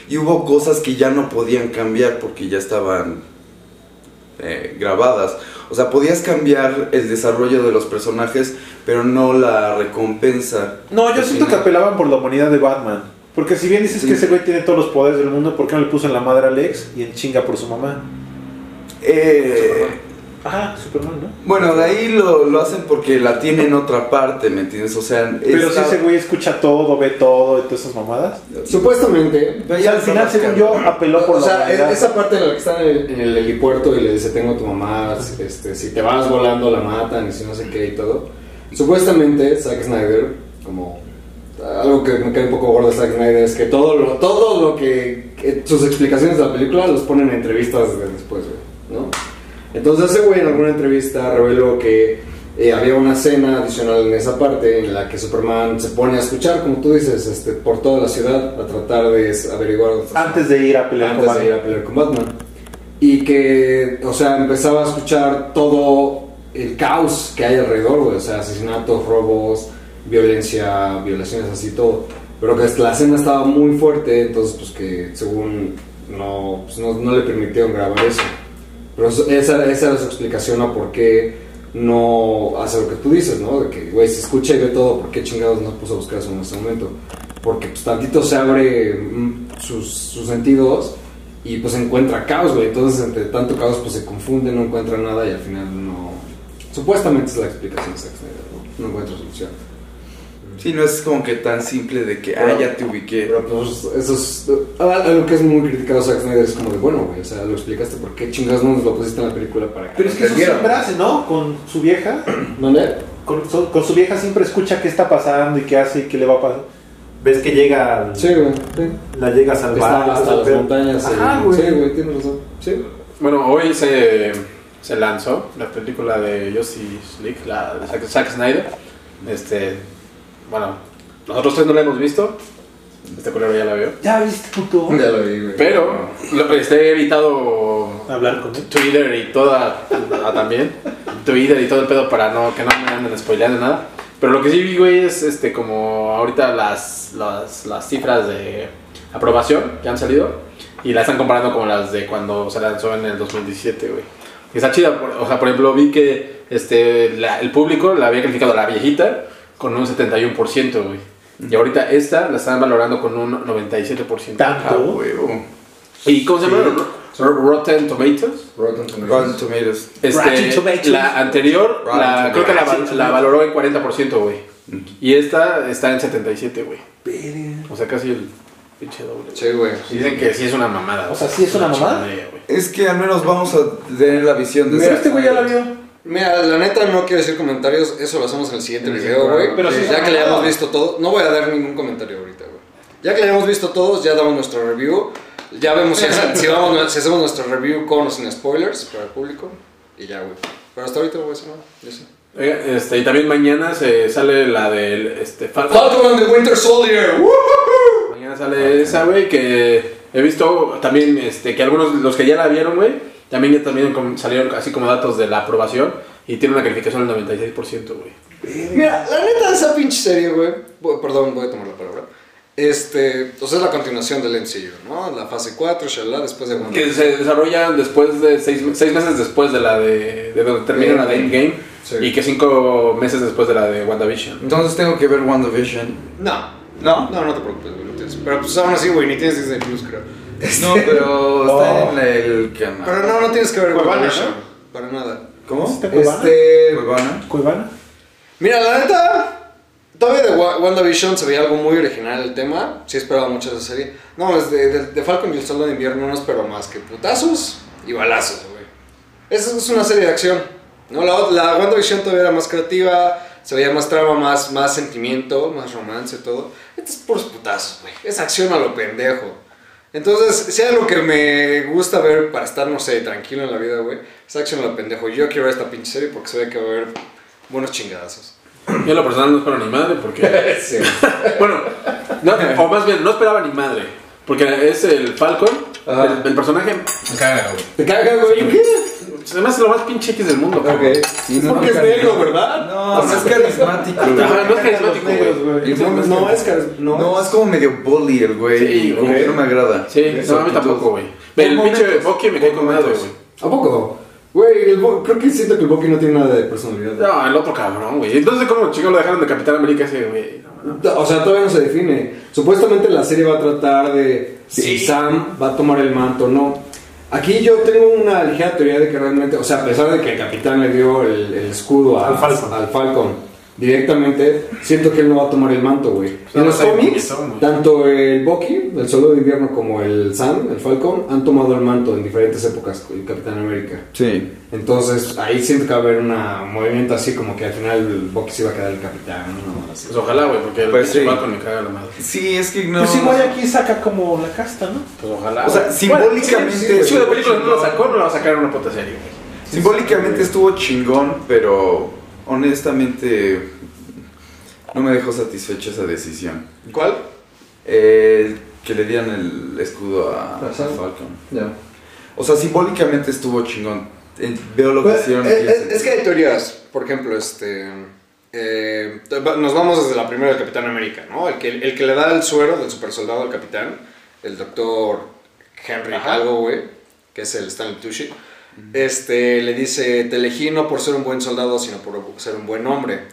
S4: Y hubo cosas que ya no podían cambiar porque ya estaban eh, grabadas. O sea, podías cambiar el desarrollo de los personajes, pero no la recompensa.
S3: No, yo
S9: Pues
S4: Al
S3: siento que
S4: final.
S3: apelaban por la humanidad de Batman. Porque si bien dices
S4: Sí.
S3: que ese güey tiene todos los poderes del mundo, ¿por qué no le puso en la madre a Lex y en chinga por su mamá?
S4: Eh,
S3: Ajá, Superman, ¿no?
S4: Bueno, de ahí lo, lo hacen porque la tienen en otra parte, ¿me entiendes? O sea,
S3: Pero si
S4: esta-
S3: ese güey escucha todo, ve todo y todas esas mamadas.
S9: Supuestamente.
S4: Pero
S3: O
S4: ya
S3: sea, al
S4: lo
S3: final,
S4: conozcan.
S3: según yo, apeló por
S9: O
S3: la
S9: sea, e-,
S3: humanidad.
S9: esa parte en la que están en el, en el helipuerto y le dice, tengo a tu mamá, este, si te vas volando la matan y si no sé qué y todo. Supuestamente Zack Snyder, como algo que me cae un poco gordo de Zack Snyder, es que todo lo, todo lo que, que sus explicaciones de la película los ponen en entrevistas de después, güey, ¿no? Entonces ese güey en alguna entrevista reveló que eh, había una escena adicional en esa parte en la que Superman se pone a escuchar, como tú dices, este, por toda la ciudad a tratar de s- averiguar dónde está
S3: Antes de ir a pelear
S9: antes
S3: con
S9: de ir a pelear con Batman. Y que, o sea, empezaba a escuchar todo el caos que hay alrededor, güey. O sea, asesinatos, robos, violencia, violaciones, así todo. Pero que la escena estaba muy fuerte, entonces, pues que según no, pues, no, no le permitieron grabar eso. Pero eso- esa, esa era su explicación a por qué no hace lo que tú dices, ¿no? De que, güey, se escucha y ve todo, ¿por qué chingados no puso a buscar eso en ese momento? Porque pues tantito se abre mm, sus, sus sentidos y pues encuentra caos, güey. Entonces entre tanto caos pues se confunde, no encuentra nada y al final no... Supuestamente es la explicación de Zack Snyder, ¿no? No encuentra solución.
S4: Sí, no es como que tan simple de que, ah, ya te ubiqué.
S9: Pero pues eso es... ah, Algo que es muy criticado Zack Snyder es como de, bueno, güey, o sea, lo explicaste, ¿por qué chingados no nos lo pusiste en la película para que...
S3: Pero es que eso
S9: entendieran?
S3: siempre hace, ¿no? Con su vieja.
S9: ¿Mande?
S3: Con, so- con su vieja siempre escucha qué está pasando y qué hace y qué le va a pasar.
S10: Ves que llega,
S9: Sí, güey. sí.
S10: la llega a salvar.
S9: Está hasta
S10: todo el
S9: las
S10: pedo.
S9: montañas.
S10: Ajá,
S9: eh,
S10: güey.
S9: Sí, güey, tienes razón. Sí.
S2: Bueno, hoy se, se lanzó la película de Justice League, la de Zack, Zack Snyder. Este, bueno, nosotros tres no la hemos visto. Este culero ya la veo.
S3: Ya viste, puto.
S9: Ya lo vi, güey.
S2: Pero lo, este, he evitado
S3: Hablar con él.
S2: Twitter y toda ah, también Twitter y todo el pedo para no que no me anden spoileando nada pero lo que sí vi güey es este como ahorita las las, las cifras de aprobación que han salido y las están comparando con las de cuando se lanzó en el 2017 güey Y está chida por- o sea por ejemplo vi que este la- el público la había calificado la viejita con un 71% güey y ahorita esta la están valorando con un 97%.
S4: Ah,
S3: Tanto.
S4: huevo.
S2: ¿Y cómo se llama? Ro- Rotten Tomatoes.
S9: Rotten
S4: Rotten Tomatoes.
S3: Rotten
S2: Este,
S3: Tomatoes.
S2: la anterior,
S4: Rotten
S2: la, creo que la, val-
S4: Tomatoes.
S2: la valoró en 40%, güey. Y esta está en 77, güey. O sea, casi el pinche doble.
S9: Sí, güey.
S2: Dicen que sí es una mamada.
S3: O sea, ¿sí es una mamada?
S2: chingonería, güey.
S4: Es que al menos vamos a tener la visión de
S3: Pero este
S4: Zack
S3: güey ya la
S4: Snyder.
S3: vio.
S9: Mira, la neta no quiero decir comentarios, eso lo hacemos en el siguiente video, güey.
S3: Pero
S9: Eh,
S3: sí,
S9: ya
S3: no,
S9: que le
S3: no.
S9: hayamos visto todo, no voy a dar ningún comentario ahorita, güey. Ya que le hayamos visto todos, ya damos nuestra review. Ya vemos si, hace- si vamos- si hacemos nuestra review con o sin spoilers para el público. Y ya, güey. Pero hasta ahorita no voy a decir nada. ya sé.
S2: Oiga, este, y también mañana se sale la del este, Fal-
S9: Falcon and the Winter Soldier. ¡Woohoo!
S2: Mañana sale esa, güey, que he visto también este, que algunos, los que ya la vieron, güey, también, ya también com- salieron así como datos de la aprobación y tiene una calificación del 96%, güey.
S9: Mira, la neta, esa pinche serie, güey. bu- Perdón, voy a tomar la palabra. Este, o sea, es la continuación del MCU, ¿no? La fase 4, shalá, después de Wanda.
S2: Que se desarrolla después de seis, me- seis meses después de la de, de donde termina la de Endgame
S9: Sí.
S2: y que cinco meses después de la de WandaVision.
S4: Entonces tengo que ver WandaVision.
S9: No,
S4: ¿No?
S9: no, no te preocupes, güey, no tienes. Pero pues aún así, güey, ni tienes Disney Plus, creo.
S4: No, pero está
S3: Oh.
S4: en el canal.
S9: Pero no, no tienes que ver
S3: Cuevana,
S9: WandaVision,
S3: ¿no?
S9: Para nada.
S4: ¿Cómo?
S3: ¿Cuevana?
S9: Este.
S4: Cuevana.
S3: ¿Cuevana?
S9: Mira, la neta, todavía de Wa- WandaVision se veía algo muy original el tema. Sí esperaba mucho esa serie. No, es de, de- de Falcon y el Soldado de Invierno no espero más que putazos y balazos, güey. Esa es una serie de acción. No, la, ot- la WandaVision todavía era más creativa, se veía más trama, más, más sentimiento, más romance, todo. Este es puros putazos, güey. Es acción a lo pendejo. Entonces, si hay algo que me gusta ver para estar, no sé, tranquilo en la vida, güey, es acción a lo pendejo. Yo quiero ver esta pinche serie porque se ve que va a haber buenos chingadazos.
S2: Yo en lo personal no espero ni madre porque... bueno, no, o más bien, no esperaba ni madre. Porque es el Falcon, el, el personaje... Me caga, güey.
S9: Te caga, güey.
S2: Se me hace lo más pinche X del mundo. cabrón.
S4: Sí, no,
S9: Porque es
S4: cariño.
S9: negro, ¿verdad?
S4: No, no es carismático. güey.
S2: Ajá, no es carismático, güey.
S4: El mono es
S9: No, es que no.
S4: No, es como medio bully el güey.
S2: Sí,
S4: y como
S2: güey.
S4: que no me agrada.
S2: Sí, no, a mí
S4: Actitud.
S2: tampoco, güey. El
S4: Por
S2: pinche
S4: momentos.
S2: Bucky me cae
S4: Por
S2: con madre,
S4: momentos.
S2: güey.
S9: ¿A poco? Güey, el Bo- creo que siento que el Bucky no tiene nada de personalidad. güey.
S2: No, el otro cabrón, güey. Entonces, ¿cómo chicos lo dejaron de Capitán América ese, güey? No, no.
S9: O sea, todavía no se define. Supuestamente la serie va a tratar de si Sam va a tomar el manto o no. Aquí yo tengo una ligera teoría de que realmente, o sea, a pesar de que el capitán le dio el, el escudo a-
S6: Al Falcon.
S9: al Falcon directamente, siento que él no va a tomar el manto, güey.
S2: no
S9: en los
S2: está bien
S9: cómics,
S2: puñetón, güey.
S9: tanto el Bucky, el solo de invierno, como el Sam, el Falcon, han tomado el manto en diferentes épocas, el Capitán América.
S4: Sí.
S9: Entonces, ahí siento que va a haber una- un movimiento así como que al final el Bucky se va a quedar el capitán. ¿no? Así.
S2: Pues ojalá, güey, porque el
S4: Pues
S2: pinche
S4: sí.
S2: Falcon me caga la madre.
S4: Sí, es que no.
S3: Pues igual aquí saca como la casta, ¿no?
S2: Pues ojalá.
S4: O sea,
S2: güey.
S4: simbólicamente.
S2: Si una película no la sacó, no la va a sacar en una puta serie, güey.
S4: Simbólicamente estuvo chingón, pero honestamente no me dejó satisfecha esa decisión.
S2: ¿Cuál?
S4: Eh, que le dieran el escudo a, a Falcon.
S7: Ya.
S4: O sea, simbólicamente estuvo chingón. Eh, Veo lo que
S1: Pues,
S4: hicieron.
S1: es,
S4: aquí.
S1: es- es que hay teorías. Por ejemplo, este. eh, nos vamos desde la primera del Capitán América, ¿no? El que, el que le da el suero del super soldado al capitán, el doctor Henry algo, güey, que es el Stanley Tucci, este, le dice: Te elegí no por ser un buen soldado, sino por ser un buen hombre.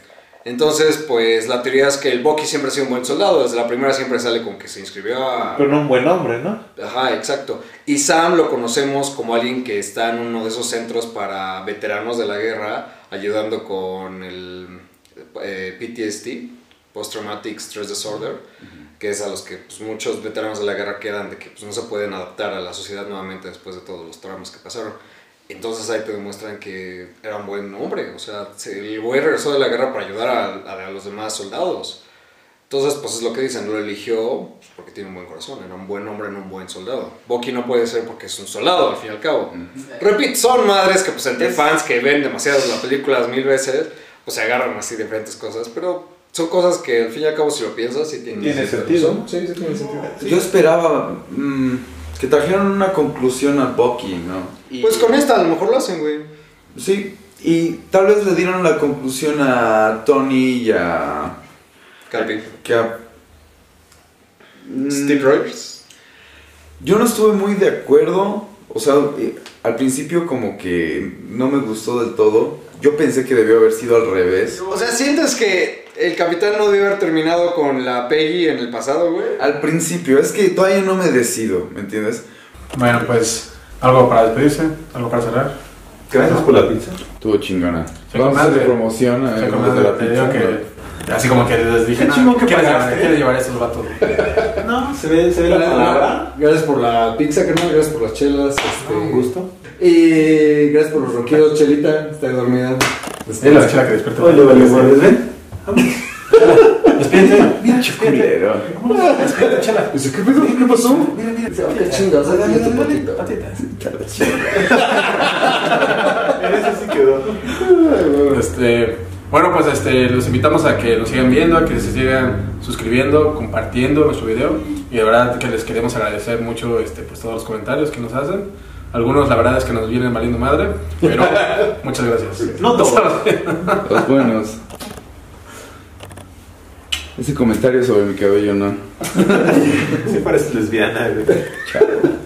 S1: Entonces, pues la teoría es que el Bucky siempre ha sido un buen soldado. Desde la primera siempre sale con que se inscribió a.
S3: Pero no un buen hombre, ¿no?
S1: Ajá, exacto. Y Sam lo conocemos como alguien que está en uno de esos centros para veteranos de la guerra, ayudando con el eh, PTSD, Post Traumatic Stress Disorder, que es a los que pues, muchos veteranos de la guerra quedan, de que pues, no se pueden adaptar a la sociedad nuevamente después de todos los traumas que pasaron. Entonces ahí te demuestran que era un buen hombre, o sea, se- el güey regresó de la guerra para ayudar a- a los demás soldados. Entonces, pues es lo que dicen, lo eligió pues, porque tiene un buen corazón, era un buen hombre, no un buen soldado. Bucky no puede ser porque es un soldado, al fin y al cabo. Repito, son madres que pues entre fans que ven demasiadas las películas mil veces, pues se agarran así de diferentes cosas, pero son cosas que al fin y al cabo si lo piensas sí tienen
S3: Tiene
S1: cierta
S3: sentido.
S1: razón. Sí, sí tiene sentido.
S4: Yo esperaba mm, que trajeran una conclusión a Bucky, ¿no?
S1: Pues con esta a lo mejor lo hacen, güey.
S4: Sí, y tal vez le dieron la conclusión a Tony y a.
S1: Calvin.
S4: Que a- Mm,
S1: Steve Rogers.
S4: Yo no estuve muy de acuerdo. O sea, eh, al principio como que no me gustó del todo. Yo pensé que debió haber sido al revés.
S1: O sea, ¿sientes que el capitán no debió haber terminado con la Peggy en el pasado, güey?
S4: Al principio, es que todavía no me decido, ¿me entiendes?
S6: Bueno, pues, algo para despedirse, algo para cerrar.
S4: Gracias
S6: por la pizza.
S4: Estuvo chingona.
S6: Se comadre.
S4: promoción
S6: O sea, como
S4: vamos de
S6: te digo
S4: ¿no?
S6: que- Así como que les dije,
S3: Qué
S6: no,
S3: chingón que
S6: ¿quieres,
S3: pagaste. eh".
S6: llevar, ¿quieres llevar a estos vatos?
S3: No, se ve, se ve la palabra.
S9: Gracias por la pizza, carnal, gracias por las chelas. Este,
S6: Un gusto.
S9: Y gracias por los ronquidos, Chelita, está dormida.
S6: Es la chela que despierta.
S3: Oye, vale, vale, ven.
S6: Despídete. Mira,
S4: Culero.
S6: Despídete, chela.
S9: Dice, ¿qué pedo? ¿Qué pasó?
S6: Mira, mira.
S9: Dice, "Ah, qué chingas, ahí tiene tu patito".
S6: Patitas.
S2: Este, bueno, pues este, los invitamos a que nos sigan viendo, a que se sigan suscribiendo, compartiendo nuestro video. Y de verdad que les queremos agradecer mucho este, pues, todos los comentarios que nos hacen. Algunos, la verdad es que nos vienen valiendo madre, pero muchas gracias.
S6: No todos.
S4: Los buenos. Ese comentario sobre mi cabello, no.
S6: Sí, pareces lesbiana, güey.